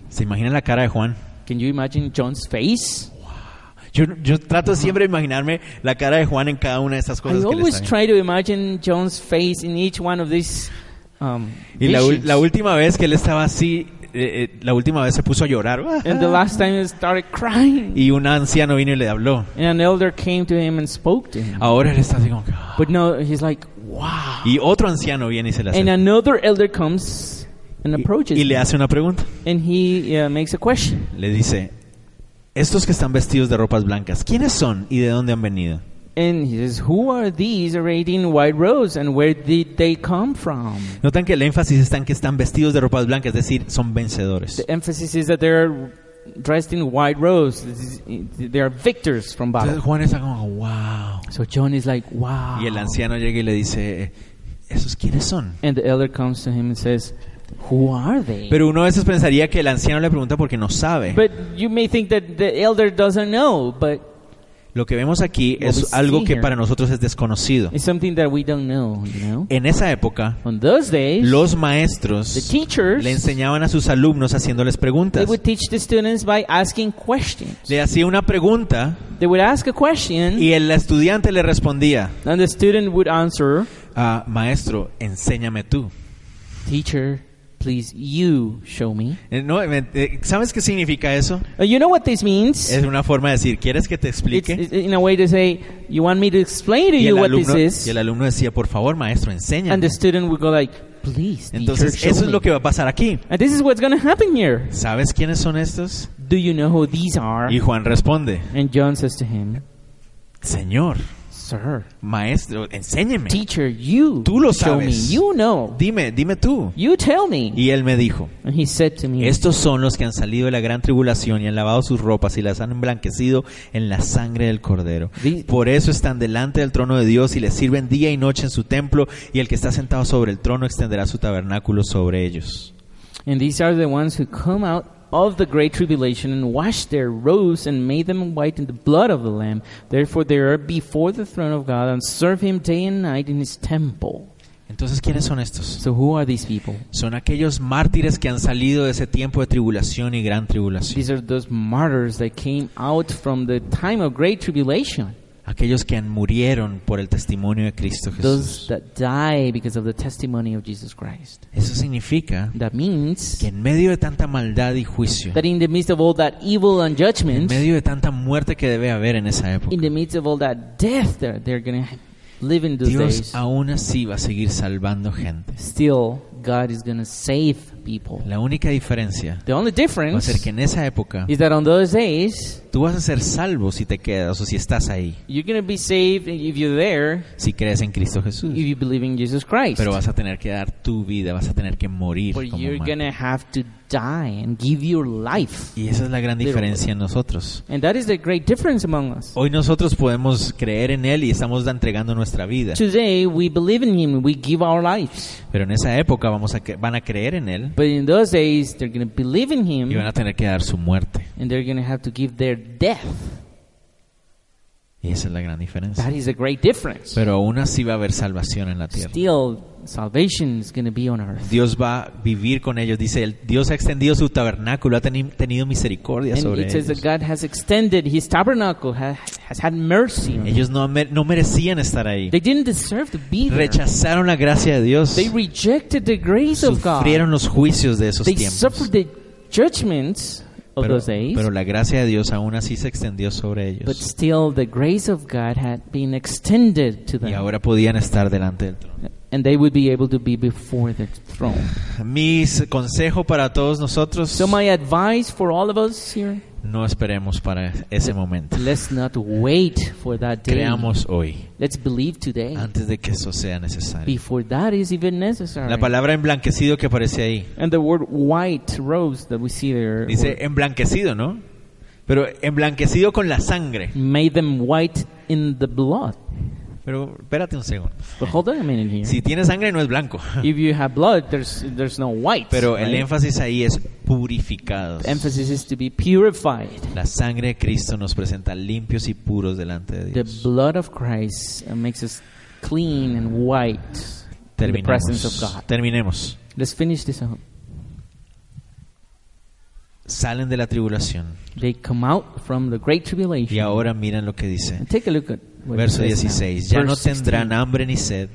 Speaker 1: ¿Se imagina la cara de Juan?
Speaker 2: Can you imagine John's face?
Speaker 1: Yo, yo trato siempre de imaginarme la cara de Juan en cada una de estas
Speaker 2: I
Speaker 1: cosas que le
Speaker 2: always
Speaker 1: salen.
Speaker 2: try to imagine John's face in each one of these. Um,
Speaker 1: Y la, ul-
Speaker 2: visions.
Speaker 1: la última vez que él estaba así, eh, eh, la última vez se puso a llorar.
Speaker 2: And the last time he started crying.
Speaker 1: Ah. Y un anciano vino y le habló.
Speaker 2: And an elder came to him and spoke to him.
Speaker 1: Ahora él está así como que, "Ah".
Speaker 2: But no, he's like, wow.
Speaker 1: Y otro anciano viene y se le
Speaker 2: Pues And
Speaker 1: acerca.
Speaker 2: another elder comes and approaches
Speaker 1: Y le
Speaker 2: him.
Speaker 1: hace una pregunta.
Speaker 2: And he uh, makes a question.
Speaker 1: Le dice, estos que están vestidos de ropas blancas, ¿quiénes son y de dónde han venido?
Speaker 2: And he says, Who are these arrayed in white robes and where did they come from?
Speaker 1: Notan que el énfasis está en que están vestidos de ropas blancas, es decir, son vencedores.
Speaker 2: The emphasis is that they're dressed in white robes. This is- They are victors from
Speaker 1: Entonces
Speaker 2: battle.
Speaker 1: Juan está como, wow.
Speaker 2: So John is like, wow.
Speaker 1: Y el anciano llega y le dice, ¿esos quiénes son?
Speaker 2: And the elder comes to him and says, Who are they?
Speaker 1: Pero uno a veces pensaría que el anciano le pregunta porque no sabe.
Speaker 2: but you may think that the elder doesn't know, but
Speaker 1: Lo que vemos aquí
Speaker 2: What we
Speaker 1: es
Speaker 2: see
Speaker 1: algo que
Speaker 2: here.
Speaker 1: para nosotros es desconocido.
Speaker 2: it's something that we don't know, you know?
Speaker 1: En esa época,
Speaker 2: On those days,
Speaker 1: Eh, los
Speaker 2: the
Speaker 1: maestros
Speaker 2: teachers,
Speaker 1: le enseñaban a sus alumnos haciéndoles
Speaker 2: they
Speaker 1: preguntas.
Speaker 2: would teach the students by asking questions.
Speaker 1: Le hacía una pregunta
Speaker 2: They would ask a question,
Speaker 1: y el estudiante le respondía,
Speaker 2: and the student would answer,
Speaker 1: "Ah, maestro, enséñame tú.
Speaker 2: Teacher, please, you show me.
Speaker 1: Eh, no, me- eh, ¿Sabes qué significa eso?
Speaker 2: Uh, you know what this means?
Speaker 1: Es una forma de decir, ¿quieres que te
Speaker 2: it's,
Speaker 1: explique?
Speaker 2: it's in a way to say, you want me to explain to
Speaker 1: Y
Speaker 2: you
Speaker 1: el,
Speaker 2: what this
Speaker 1: alumno,
Speaker 2: is,
Speaker 1: y el alumno decía, por favor, maestro,
Speaker 2: and
Speaker 1: enséñame.
Speaker 2: the student would go like, please, teacher,
Speaker 1: Entonces,
Speaker 2: show
Speaker 1: eso es
Speaker 2: me."
Speaker 1: lo que va a pasar aquí.
Speaker 2: And this is what's going to happen here.
Speaker 1: ¿Sabes quiénes son estos?
Speaker 2: Do you know who these are?
Speaker 1: Y Juan responde,
Speaker 2: And John says to him,
Speaker 1: Señor,
Speaker 2: sir,
Speaker 1: maestro, enséñeme.
Speaker 2: teacher, you
Speaker 1: Tú lo
Speaker 2: show
Speaker 1: sabes.
Speaker 2: me. You know.
Speaker 1: Dime, dime tú.
Speaker 2: You tell me.
Speaker 1: Y él me dijo,
Speaker 2: And he said to me,
Speaker 1: Estos son los que han salido de la gran tribulación y han lavado sus ropas y las han emblanquecido en la sangre del Cordero.
Speaker 2: Di-
Speaker 1: Por eso están delante del trono de Dios y les sirven día y noche en su templo y el que está sentado sobre el trono extenderá su tabernáculo sobre ellos.
Speaker 2: And these are the ones who come out of the great tribulation and washed their robes and made them white in the blood of the Lamb. Therefore, they are before the throne of God and serve Him day and night in His temple.
Speaker 1: Entonces, ¿quiénes son estos?
Speaker 2: So, who are these people?
Speaker 1: Son aquellos mártires que han salido de ese tiempo de tribulación y gran tribulación.
Speaker 2: These are those martyrs that came out from the time of great tribulation.
Speaker 1: aquellos que murieron por el testimonio de Cristo
Speaker 2: those
Speaker 1: Jesús.
Speaker 2: that die because of the testimony of Jesus Christ.
Speaker 1: Eso significa
Speaker 2: That means
Speaker 1: que en medio de tanta maldad y juicio,
Speaker 2: that in the midst of all that evil and
Speaker 1: en
Speaker 2: judgment,
Speaker 1: medio de tanta muerte que debe haber en esa época,
Speaker 2: in the midst of all that death that they're going to live in those
Speaker 1: Dios
Speaker 2: days,
Speaker 1: aún así va a seguir salvando gente.
Speaker 2: still God is going to save people.
Speaker 1: La única diferencia
Speaker 2: The only
Speaker 1: va a
Speaker 2: difference
Speaker 1: ser que en esa época
Speaker 2: is that on those days,
Speaker 1: tú vas a ser salvo si te quedas o si estás ahí,
Speaker 2: you're going to be saved if you're there,
Speaker 1: si crees en Cristo
Speaker 2: if
Speaker 1: Jesús.
Speaker 2: you believe in Jesus Christ.
Speaker 1: Pero vas a tener que dar tu vida, vas a tener que morir.
Speaker 2: But
Speaker 1: como
Speaker 2: you're
Speaker 1: humano.
Speaker 2: going to have to die and give your life.
Speaker 1: Y esa es la gran diferencia en nosotros.
Speaker 2: And that is the great difference among us.
Speaker 1: Hoy nosotros podemos creer en Él y estamos entregando nuestra vida.
Speaker 2: Today, we believe in Him, we give our lives.
Speaker 1: Pero en esa época vamos a cre- van a creer en Él
Speaker 2: But in those days, they're going to believe in Him,
Speaker 1: y van a tener que dar su muerte.
Speaker 2: and they're going to have to give their death.
Speaker 1: Y esa es la gran diferencia.
Speaker 2: That is a great difference.
Speaker 1: Pero aún así va a haber salvación en la tierra.
Speaker 2: Still, salvation is going to be on earth.
Speaker 1: Dios va a vivir con ellos. Dice, el- Dios ha extendido su tabernáculo, ha teni- tenido misericordia
Speaker 2: And
Speaker 1: sobre
Speaker 2: it says
Speaker 1: ellos.
Speaker 2: that God has extended His tabernacle, ha- has had mercy on them.
Speaker 1: Ellos no, mer- no merecían estar ahí.
Speaker 2: They didn't deserve to be there.
Speaker 1: Rechazaron la gracia de Dios.
Speaker 2: They rejected the grace of God.
Speaker 1: Sufrieron los juicios de esos
Speaker 2: They
Speaker 1: tiempos.
Speaker 2: suffered the judgments of
Speaker 1: Pero,
Speaker 2: those days.
Speaker 1: pero la gracia de Dios aún así se extendió sobre
Speaker 2: But
Speaker 1: ellos.
Speaker 2: still, the grace of God had been extended to
Speaker 1: Y
Speaker 2: them,
Speaker 1: ahora podían estar delante del trono.
Speaker 2: and they would be able to be before the throne.
Speaker 1: Mi s- consejo para todos nosotros,
Speaker 2: So, my advice for all of us here
Speaker 1: no esperemos para ese momento.
Speaker 2: let's not wait for that day.
Speaker 1: Creamos hoy,
Speaker 2: Let's believe today
Speaker 1: antes de que eso sea necesario.
Speaker 2: before that is even necessary.
Speaker 1: La palabra emblanquecido que aparece ahí.
Speaker 2: and the word white rose that we see there
Speaker 1: Dice "Eh,
Speaker 2: or
Speaker 1: emblanquecido, ¿no? Pero emblanquecido con la sangre.
Speaker 2: made them white in the blood.
Speaker 1: Pero espérate un segundo.
Speaker 2: But hold on a minute here.
Speaker 1: Si tiene sangre no es blanco.
Speaker 2: if you have blood, there's there's no white.
Speaker 1: Pero el
Speaker 2: right?
Speaker 1: énfasis ahí es purificados.
Speaker 2: The emphasis is to be purified.
Speaker 1: La sangre de Cristo nos presenta limpios y puros delante de
Speaker 2: The
Speaker 1: Dios.
Speaker 2: blood of Christ uh, makes us clean and white in the presence of
Speaker 1: Terminemos.
Speaker 2: God.
Speaker 1: Terminemos.
Speaker 2: Let's finish this up.
Speaker 1: Salen de la tribulación
Speaker 2: They come out from the great tribulation.
Speaker 1: y ahora miran lo que dice.
Speaker 2: And take a look at what it
Speaker 1: Verso
Speaker 2: says now.
Speaker 1: 16. Ya no
Speaker 2: Verse 16.
Speaker 1: tendrán hambre ni sed,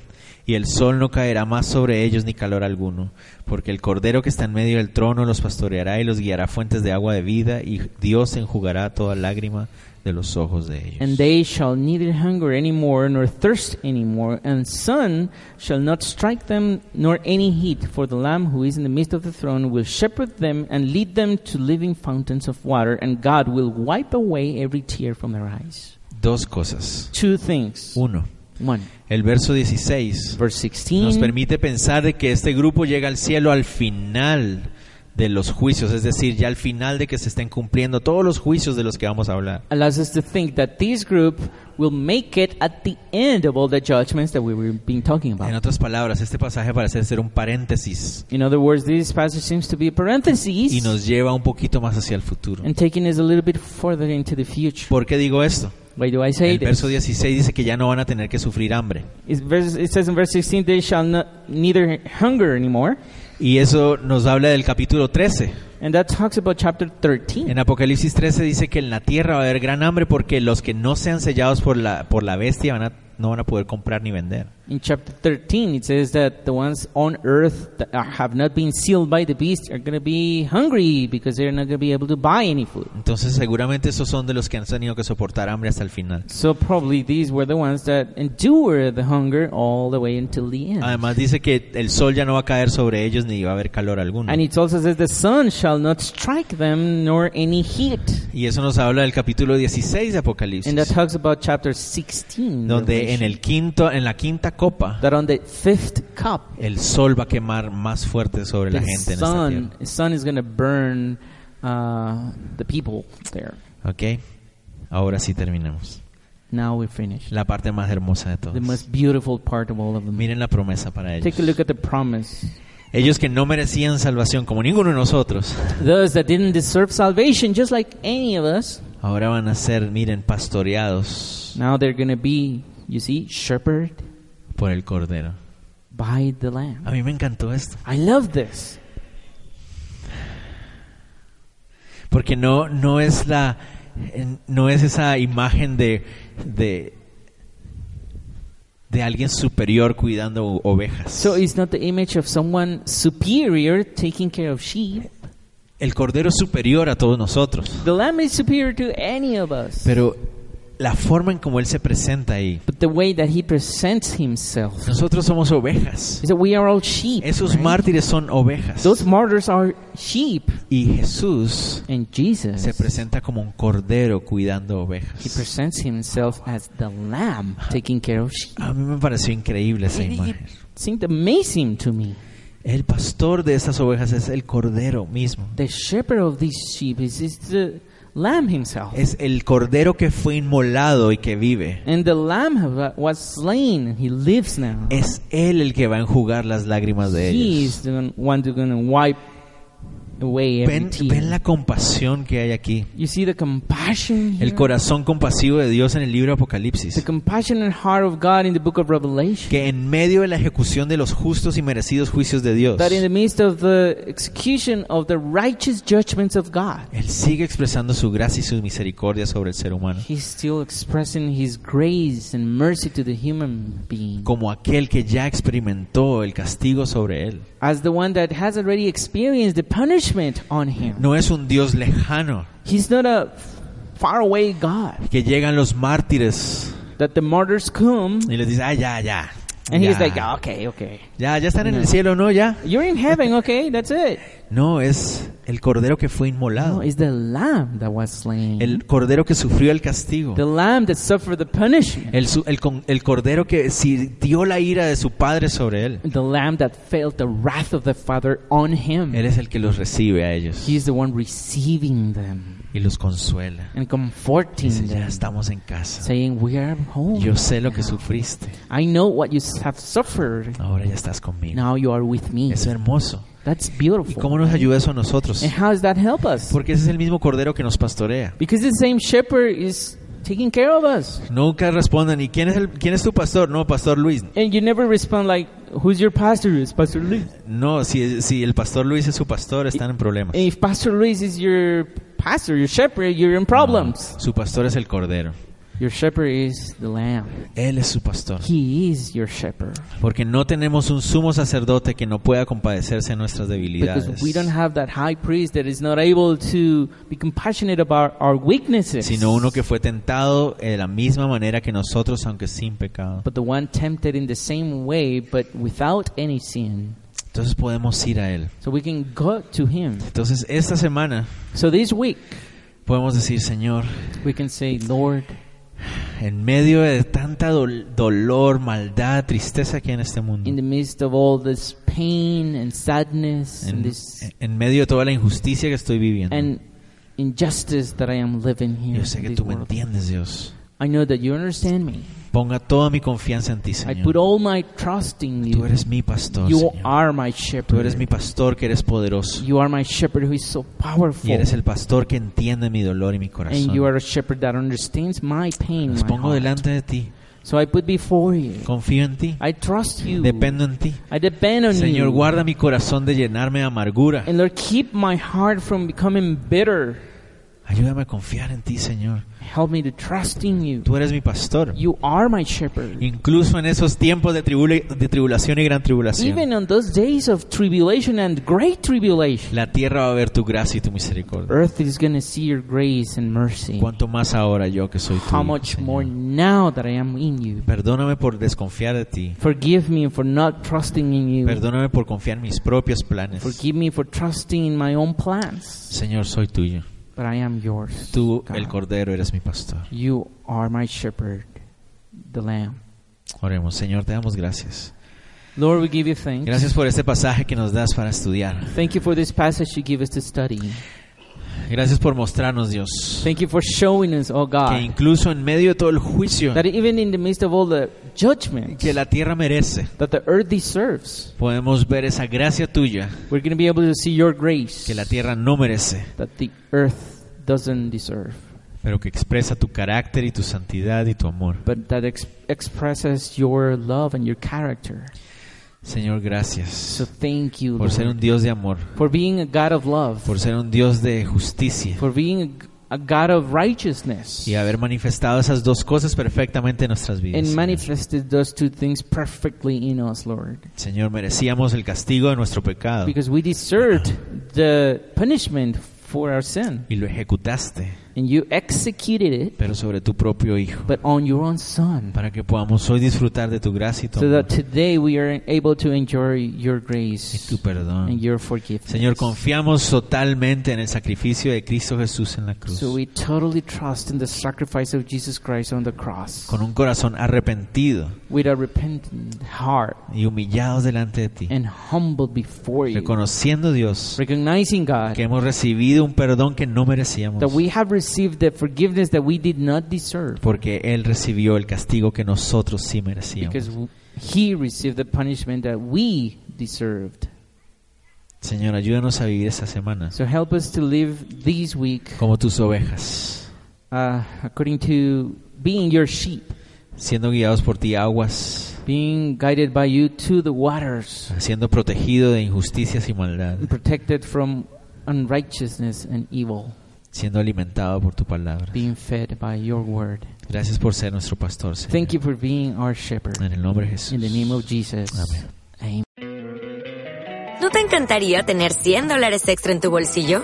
Speaker 1: y el sol no caerá más sobre ellos ni calor alguno, porque el cordero que está en medio del trono los pastoreará y los guiará a fuentes de agua de vida, y Dios enjugará toda lágrima de los ojos de ellos.
Speaker 2: And they shall neither hunger any more nor thirst any more, and sun shall not strike them nor any heat, for the Lamb who is in the midst of the throne will shepherd them and lead them to living fountains of water, and God will wipe away every tear from their eyes.
Speaker 1: Dos cosas.
Speaker 2: Two things.
Speaker 1: Uno,
Speaker 2: One,
Speaker 1: el verso 16
Speaker 2: verse
Speaker 1: nos
Speaker 2: 16.
Speaker 1: permite pensar de que este grupo llega al cielo al final de los juicios, es decir, ya al final de que se estén cumpliendo todos los juicios de los que vamos a hablar.
Speaker 2: allows us to think that this group will make it at the end of all the judgments that we were being talking
Speaker 1: En
Speaker 2: about.
Speaker 1: otras palabras, este pasaje parece ser un paréntesis
Speaker 2: In other words, this passage seems to be a
Speaker 1: y
Speaker 2: parenthesis
Speaker 1: nos lleva un poquito más hacia el futuro.
Speaker 2: and taking us a little bit further into the future.
Speaker 1: ¿Por qué digo esto?
Speaker 2: Why do I say
Speaker 1: El
Speaker 2: this?
Speaker 1: verso 16 dice que ya no van a tener que sufrir hambre.
Speaker 2: It's verse- It says in verse 16, they shall not neither hunger anymore.
Speaker 1: Y eso nos habla del capítulo 13.
Speaker 2: And that talks about chapter 13.
Speaker 1: En Apocalipsis 13 dice que en la tierra va a haber gran hambre porque los que no sean sellados por la, por la bestia van a- no van a poder comprar ni vender.
Speaker 2: In chapter 13, it says that the ones on earth that are- have not been sealed by the beast are going to be hungry because they're not going to be able to buy any food.
Speaker 1: Entonces seguramente esos son de los que han tenido que soportar hambre hasta el final.
Speaker 2: So probably these were the ones that endure the hunger all the way until the end.
Speaker 1: Además dice que el sol ya no va a caer sobre ellos ni va a haber calor alguno.
Speaker 2: and it also says the sun shall not strike them nor any heat.
Speaker 1: Y eso nos habla del capítulo 16 de Apocalipsis.
Speaker 2: And that talks about chapter 16.
Speaker 1: Donde en
Speaker 2: Revelation,
Speaker 1: el quinto, en la quinta copa,
Speaker 2: that on the fifth cup,
Speaker 1: el sol va a quemar más fuerte sobre la
Speaker 2: the
Speaker 1: gente en esta
Speaker 2: sun,
Speaker 1: tierra.
Speaker 2: sun is going to burn uh, the people there.
Speaker 1: Ok, ahora sí terminamos.
Speaker 2: Now we're finished.
Speaker 1: La parte más hermosa de
Speaker 2: The
Speaker 1: todas.
Speaker 2: most beautiful part of all of them.
Speaker 1: Miren la promesa para ellos.
Speaker 2: Take a look at the promise.
Speaker 1: Ellos que no merecían salvación como ninguno de nosotros,
Speaker 2: Those that didn't deserve salvation, just like any of us,
Speaker 1: ahora van a ser, miren, pastoreados
Speaker 2: now they're going to be, you see, shepherded
Speaker 1: por el Cordero.
Speaker 2: by the Lamb.
Speaker 1: A mí me encantó esto.
Speaker 2: I love this.
Speaker 1: Porque no, no es la no es esa imagen de, de de alguien superior cuidando o- ovejas.
Speaker 2: So it's not the image of someone superior taking care of sheep.
Speaker 1: el cordero es superior a todos nosotros,
Speaker 2: The lamb is superior to any of us.
Speaker 1: pero la forma en como él se presenta ahí.
Speaker 2: But the way that he presents himself
Speaker 1: Nosotros somos ovejas.
Speaker 2: is that we are all sheep.
Speaker 1: Esos
Speaker 2: right?
Speaker 1: mártires son ovejas.
Speaker 2: Those martyrs are sheep.
Speaker 1: Y Jesús
Speaker 2: And
Speaker 1: se
Speaker 2: Jesus,
Speaker 1: presenta como un cordero cuidando
Speaker 2: he
Speaker 1: ovejas.
Speaker 2: presents himself as the lamb taking care of sheep.
Speaker 1: A mí me pareció increíble esa imagen.
Speaker 2: It seemed amazing to me.
Speaker 1: El pastor de estas ovejas es el cordero mismo.
Speaker 2: The shepherd of these sheep is, is the lamb himself.
Speaker 1: Es el cordero que fue inmolado y que vive.
Speaker 2: And the lamb wa- was slain. He lives now.
Speaker 1: Es él el que va a enjugar las lágrimas de
Speaker 2: He
Speaker 1: ellos.
Speaker 2: is the one- one who's going to wipe away every
Speaker 1: Ven,
Speaker 2: tear.
Speaker 1: ven la compasión que hay aquí.
Speaker 2: You see the compassion here?
Speaker 1: El corazón compasivo de Dios en el libro de
Speaker 2: the
Speaker 1: Apocalipsis.
Speaker 2: compassionate heart of God in the book of Revelation.
Speaker 1: Que en medio de la ejecución de los justos y merecidos juicios de Dios,
Speaker 2: That in the midst of the execution of the righteous judgments of God,
Speaker 1: Él sigue expresando su gracia y su misericordia sobre el ser humano.
Speaker 2: He's still expressing His grace and mercy to the human being.
Speaker 1: Como aquel que ya experimentó el castigo sobre él.
Speaker 2: As the one that has already experienced the punishment on Him.
Speaker 1: No es un Dios lejano
Speaker 2: He's not a faraway God.
Speaker 1: que llegan los mártires
Speaker 2: That the martyrs come
Speaker 1: y les dice, ah, ya, ya.
Speaker 2: and He's
Speaker 1: ya,
Speaker 2: like, "Ah, okay, okay.
Speaker 1: ya, ya están en el cielo, ¿no? Ya.
Speaker 2: You're in heaven, okay? That's it.
Speaker 1: No, es el cordero que fue
Speaker 2: No,
Speaker 1: inmolado.
Speaker 2: Oh, it's the lamb that was slain.
Speaker 1: El cordero que sufrió el castigo.
Speaker 2: the lamb that suffered the punishment.
Speaker 1: El, su- el con- el cordero que sintió la ira de su padre sobre él.
Speaker 2: The lamb that felt the wrath of the Father on him.
Speaker 1: Él es el que los recibe a ellos
Speaker 2: He is the one receiving them
Speaker 1: y los consuela.
Speaker 2: and comforting
Speaker 1: Dice, ya
Speaker 2: them,
Speaker 1: estamos en casa.
Speaker 2: saying, We are home.
Speaker 1: Yo sé lo que sufriste.
Speaker 2: I know what you s- have suffered.
Speaker 1: Ahora ya estás conmigo.
Speaker 2: Now you are with me.
Speaker 1: Es hermoso.
Speaker 2: That's
Speaker 1: ¿Y
Speaker 2: beautiful.
Speaker 1: cómo nos ayuda eso a nosotros?
Speaker 2: And how does that help us?
Speaker 1: Porque ese es el mismo cordero que nos pastorea.
Speaker 2: Because the same shepherd is taking care of us.
Speaker 1: Nunca respondan, ¿y quién es, el, quién es tu pastor? No, pastor Luis.
Speaker 2: And you never respond like, Who's your pastor? It's Pastor Luis.
Speaker 1: No, si, si el pastor Luis es su pastor, están en problemas.
Speaker 2: And if Pastor Luis is your pastor, your shepherd, you're in problems.
Speaker 1: No, su pastor es el cordero.
Speaker 2: Your shepherd is the lamb.
Speaker 1: Él es su pastor.
Speaker 2: He is your shepherd.
Speaker 1: Porque no tenemos un sumo sacerdote que no pueda compadecerse de nuestras
Speaker 2: Because
Speaker 1: debilidades,
Speaker 2: we don't have that high priest that is not able to be compassionate about our weaknesses.
Speaker 1: sino uno que fue tentado de la misma manera que nosotros, aunque sin pecado.
Speaker 2: But the one tempted in the same way, but without any sin.
Speaker 1: Entonces podemos ir a Él.
Speaker 2: So we can go to him.
Speaker 1: Entonces esta semana
Speaker 2: So this week,
Speaker 1: podemos decir, Señor,
Speaker 2: we can say, Lord,
Speaker 1: en medio de tanta dol- dolor, maldad, tristeza que hay en este
Speaker 2: in
Speaker 1: mundo,
Speaker 2: the midst of all this pain and sadness and
Speaker 1: en,
Speaker 2: this
Speaker 1: en medio de toda la injusticia que estoy viviendo,
Speaker 2: and injustice that I am living here.
Speaker 1: yo sé
Speaker 2: in
Speaker 1: que
Speaker 2: this
Speaker 1: tú me
Speaker 2: world.
Speaker 1: entiendes, Dios.
Speaker 2: I know that you understand me.
Speaker 1: Ponga toda mi confianza en ti,
Speaker 2: I put
Speaker 1: Señor.
Speaker 2: all my trust in
Speaker 1: Tú
Speaker 2: you.
Speaker 1: eres mi pastor,
Speaker 2: You
Speaker 1: Señor.
Speaker 2: are my
Speaker 1: Tú eres mi
Speaker 2: shepherd.
Speaker 1: pastor que eres poderoso.
Speaker 2: You are my shepherd who is so
Speaker 1: Y
Speaker 2: powerful.
Speaker 1: eres el pastor que entiende mi dolor y mi
Speaker 2: And you
Speaker 1: corazón.
Speaker 2: are a shepherd that understands my pain,
Speaker 1: Los
Speaker 2: my
Speaker 1: pongo
Speaker 2: heart.
Speaker 1: delante de ti.
Speaker 2: So I put before you.
Speaker 1: Confío en ti.
Speaker 2: I trust you.
Speaker 1: Dependo en ti.
Speaker 2: I depend on
Speaker 1: Señor,
Speaker 2: you.
Speaker 1: guarda mi corazón de llenarme de amargura.
Speaker 2: And Lord, keep my heart from becoming bitter.
Speaker 1: Ayúdame a confiar en ti, Señor.
Speaker 2: Help me to trust in you.
Speaker 1: Tú eres mi pastor.
Speaker 2: You are my shepherd.
Speaker 1: Incluso en esos tiempos de, tribula- de tribulación y gran tribulación,
Speaker 2: Even on those days of tribulation and great tribulation,
Speaker 1: la tierra va a ver tu gracia y tu misericordia.
Speaker 2: earth is going to see your grace and mercy.
Speaker 1: Cuanto más ahora yo que soy
Speaker 2: How
Speaker 1: tú.
Speaker 2: much more now that I am in you.
Speaker 1: Perdóname por desconfiar de ti.
Speaker 2: Forgive me for not trusting in you.
Speaker 1: Perdóname por confiar en mis propios planes.
Speaker 2: Forgive me for trusting in my own plans.
Speaker 1: Señor, soy tuyo.
Speaker 2: But I am yours.
Speaker 1: Tú,
Speaker 2: God.
Speaker 1: el Cordero, eres mi pastor.
Speaker 2: You are my shepherd, the lamb.
Speaker 1: Oremos, Señor, te damos gracias.
Speaker 2: Lord, we give you thanks.
Speaker 1: Gracias por este pasaje que nos das para estudiar.
Speaker 2: Thank you for this passage you give us to study.
Speaker 1: Gracias por mostrarnos, Dios,
Speaker 2: Thank you for showing us, oh
Speaker 1: que
Speaker 2: God,
Speaker 1: incluso en medio de todo el juicio
Speaker 2: that even in the midst of all the judgment
Speaker 1: que la tierra merece,
Speaker 2: that the earth deserves,
Speaker 1: podemos ver esa gracia tuya
Speaker 2: we're going to be able to see your grace
Speaker 1: que la tierra no merece,
Speaker 2: that the earth doesn't deserve,
Speaker 1: pero que expresa tu carácter y tu santidad y tu amor.
Speaker 2: but that ex- expresses your love and your character.
Speaker 1: Señor,
Speaker 2: So
Speaker 1: gracias
Speaker 2: thank you,
Speaker 1: por
Speaker 2: Lord,
Speaker 1: ser un Dios de amor,
Speaker 2: for being a God of love,
Speaker 1: por ser un Dios de justicia,
Speaker 2: for being a g- a God of righteousness
Speaker 1: y haber manifestado esas dos cosas perfectamente en nuestras vidas.
Speaker 2: and manifested those two things perfectly in us, Lord.
Speaker 1: Señor, merecíamos el castigo de nuestro pecado
Speaker 2: Because we deserved the punishment for our sin.
Speaker 1: y lo ejecutaste,
Speaker 2: And you executed it,
Speaker 1: pero sobre tu propio Hijo,
Speaker 2: but on your own Son.
Speaker 1: para que podamos hoy disfrutar de tu gracia y tu,
Speaker 2: So
Speaker 1: amor
Speaker 2: that today we are able to enjoy your
Speaker 1: y
Speaker 2: grace
Speaker 1: tu perdón.
Speaker 2: and your forgiveness.
Speaker 1: Señor, confiamos totalmente en el sacrificio de Cristo Jesús en la cruz.
Speaker 2: So we totally trust in the sacrifice of Jesus Christ on the cross
Speaker 1: Con un corazón arrepentido
Speaker 2: with a repentant heart
Speaker 1: y humillados delante de ti.
Speaker 2: and humble before you,
Speaker 1: Reconociendo, Dios,
Speaker 2: recognizing God
Speaker 1: que hemos recibido un perdón que no merecíamos.
Speaker 2: that we have received the forgiveness that we did not deserve
Speaker 1: Porque Él recibió el castigo que nosotros sí merecíamos.
Speaker 2: because w- He received the punishment that we deserved.
Speaker 1: Señor, ayúdanos a vivir esta semana
Speaker 2: So help us to live this week
Speaker 1: como tus ovejas,
Speaker 2: uh, according to being your sheep,
Speaker 1: siendo guiados por ti aguas,
Speaker 2: being guided by you to the waters,
Speaker 1: siendo protegido de injusticias y maldad,
Speaker 2: and protected from unrighteousness and evil,
Speaker 1: siendo alimentado por tu palabra.
Speaker 2: being fed by your word.
Speaker 1: Gracias por ser nuestro pastor, Señor.
Speaker 2: Thank you for being our shepherd.
Speaker 1: En el nombre de Jesús.
Speaker 2: In the name of Jesus.
Speaker 1: Amen.
Speaker 2: Amen.
Speaker 3: ¿No te encantaría tener 100 dólares extra en tu bolsillo?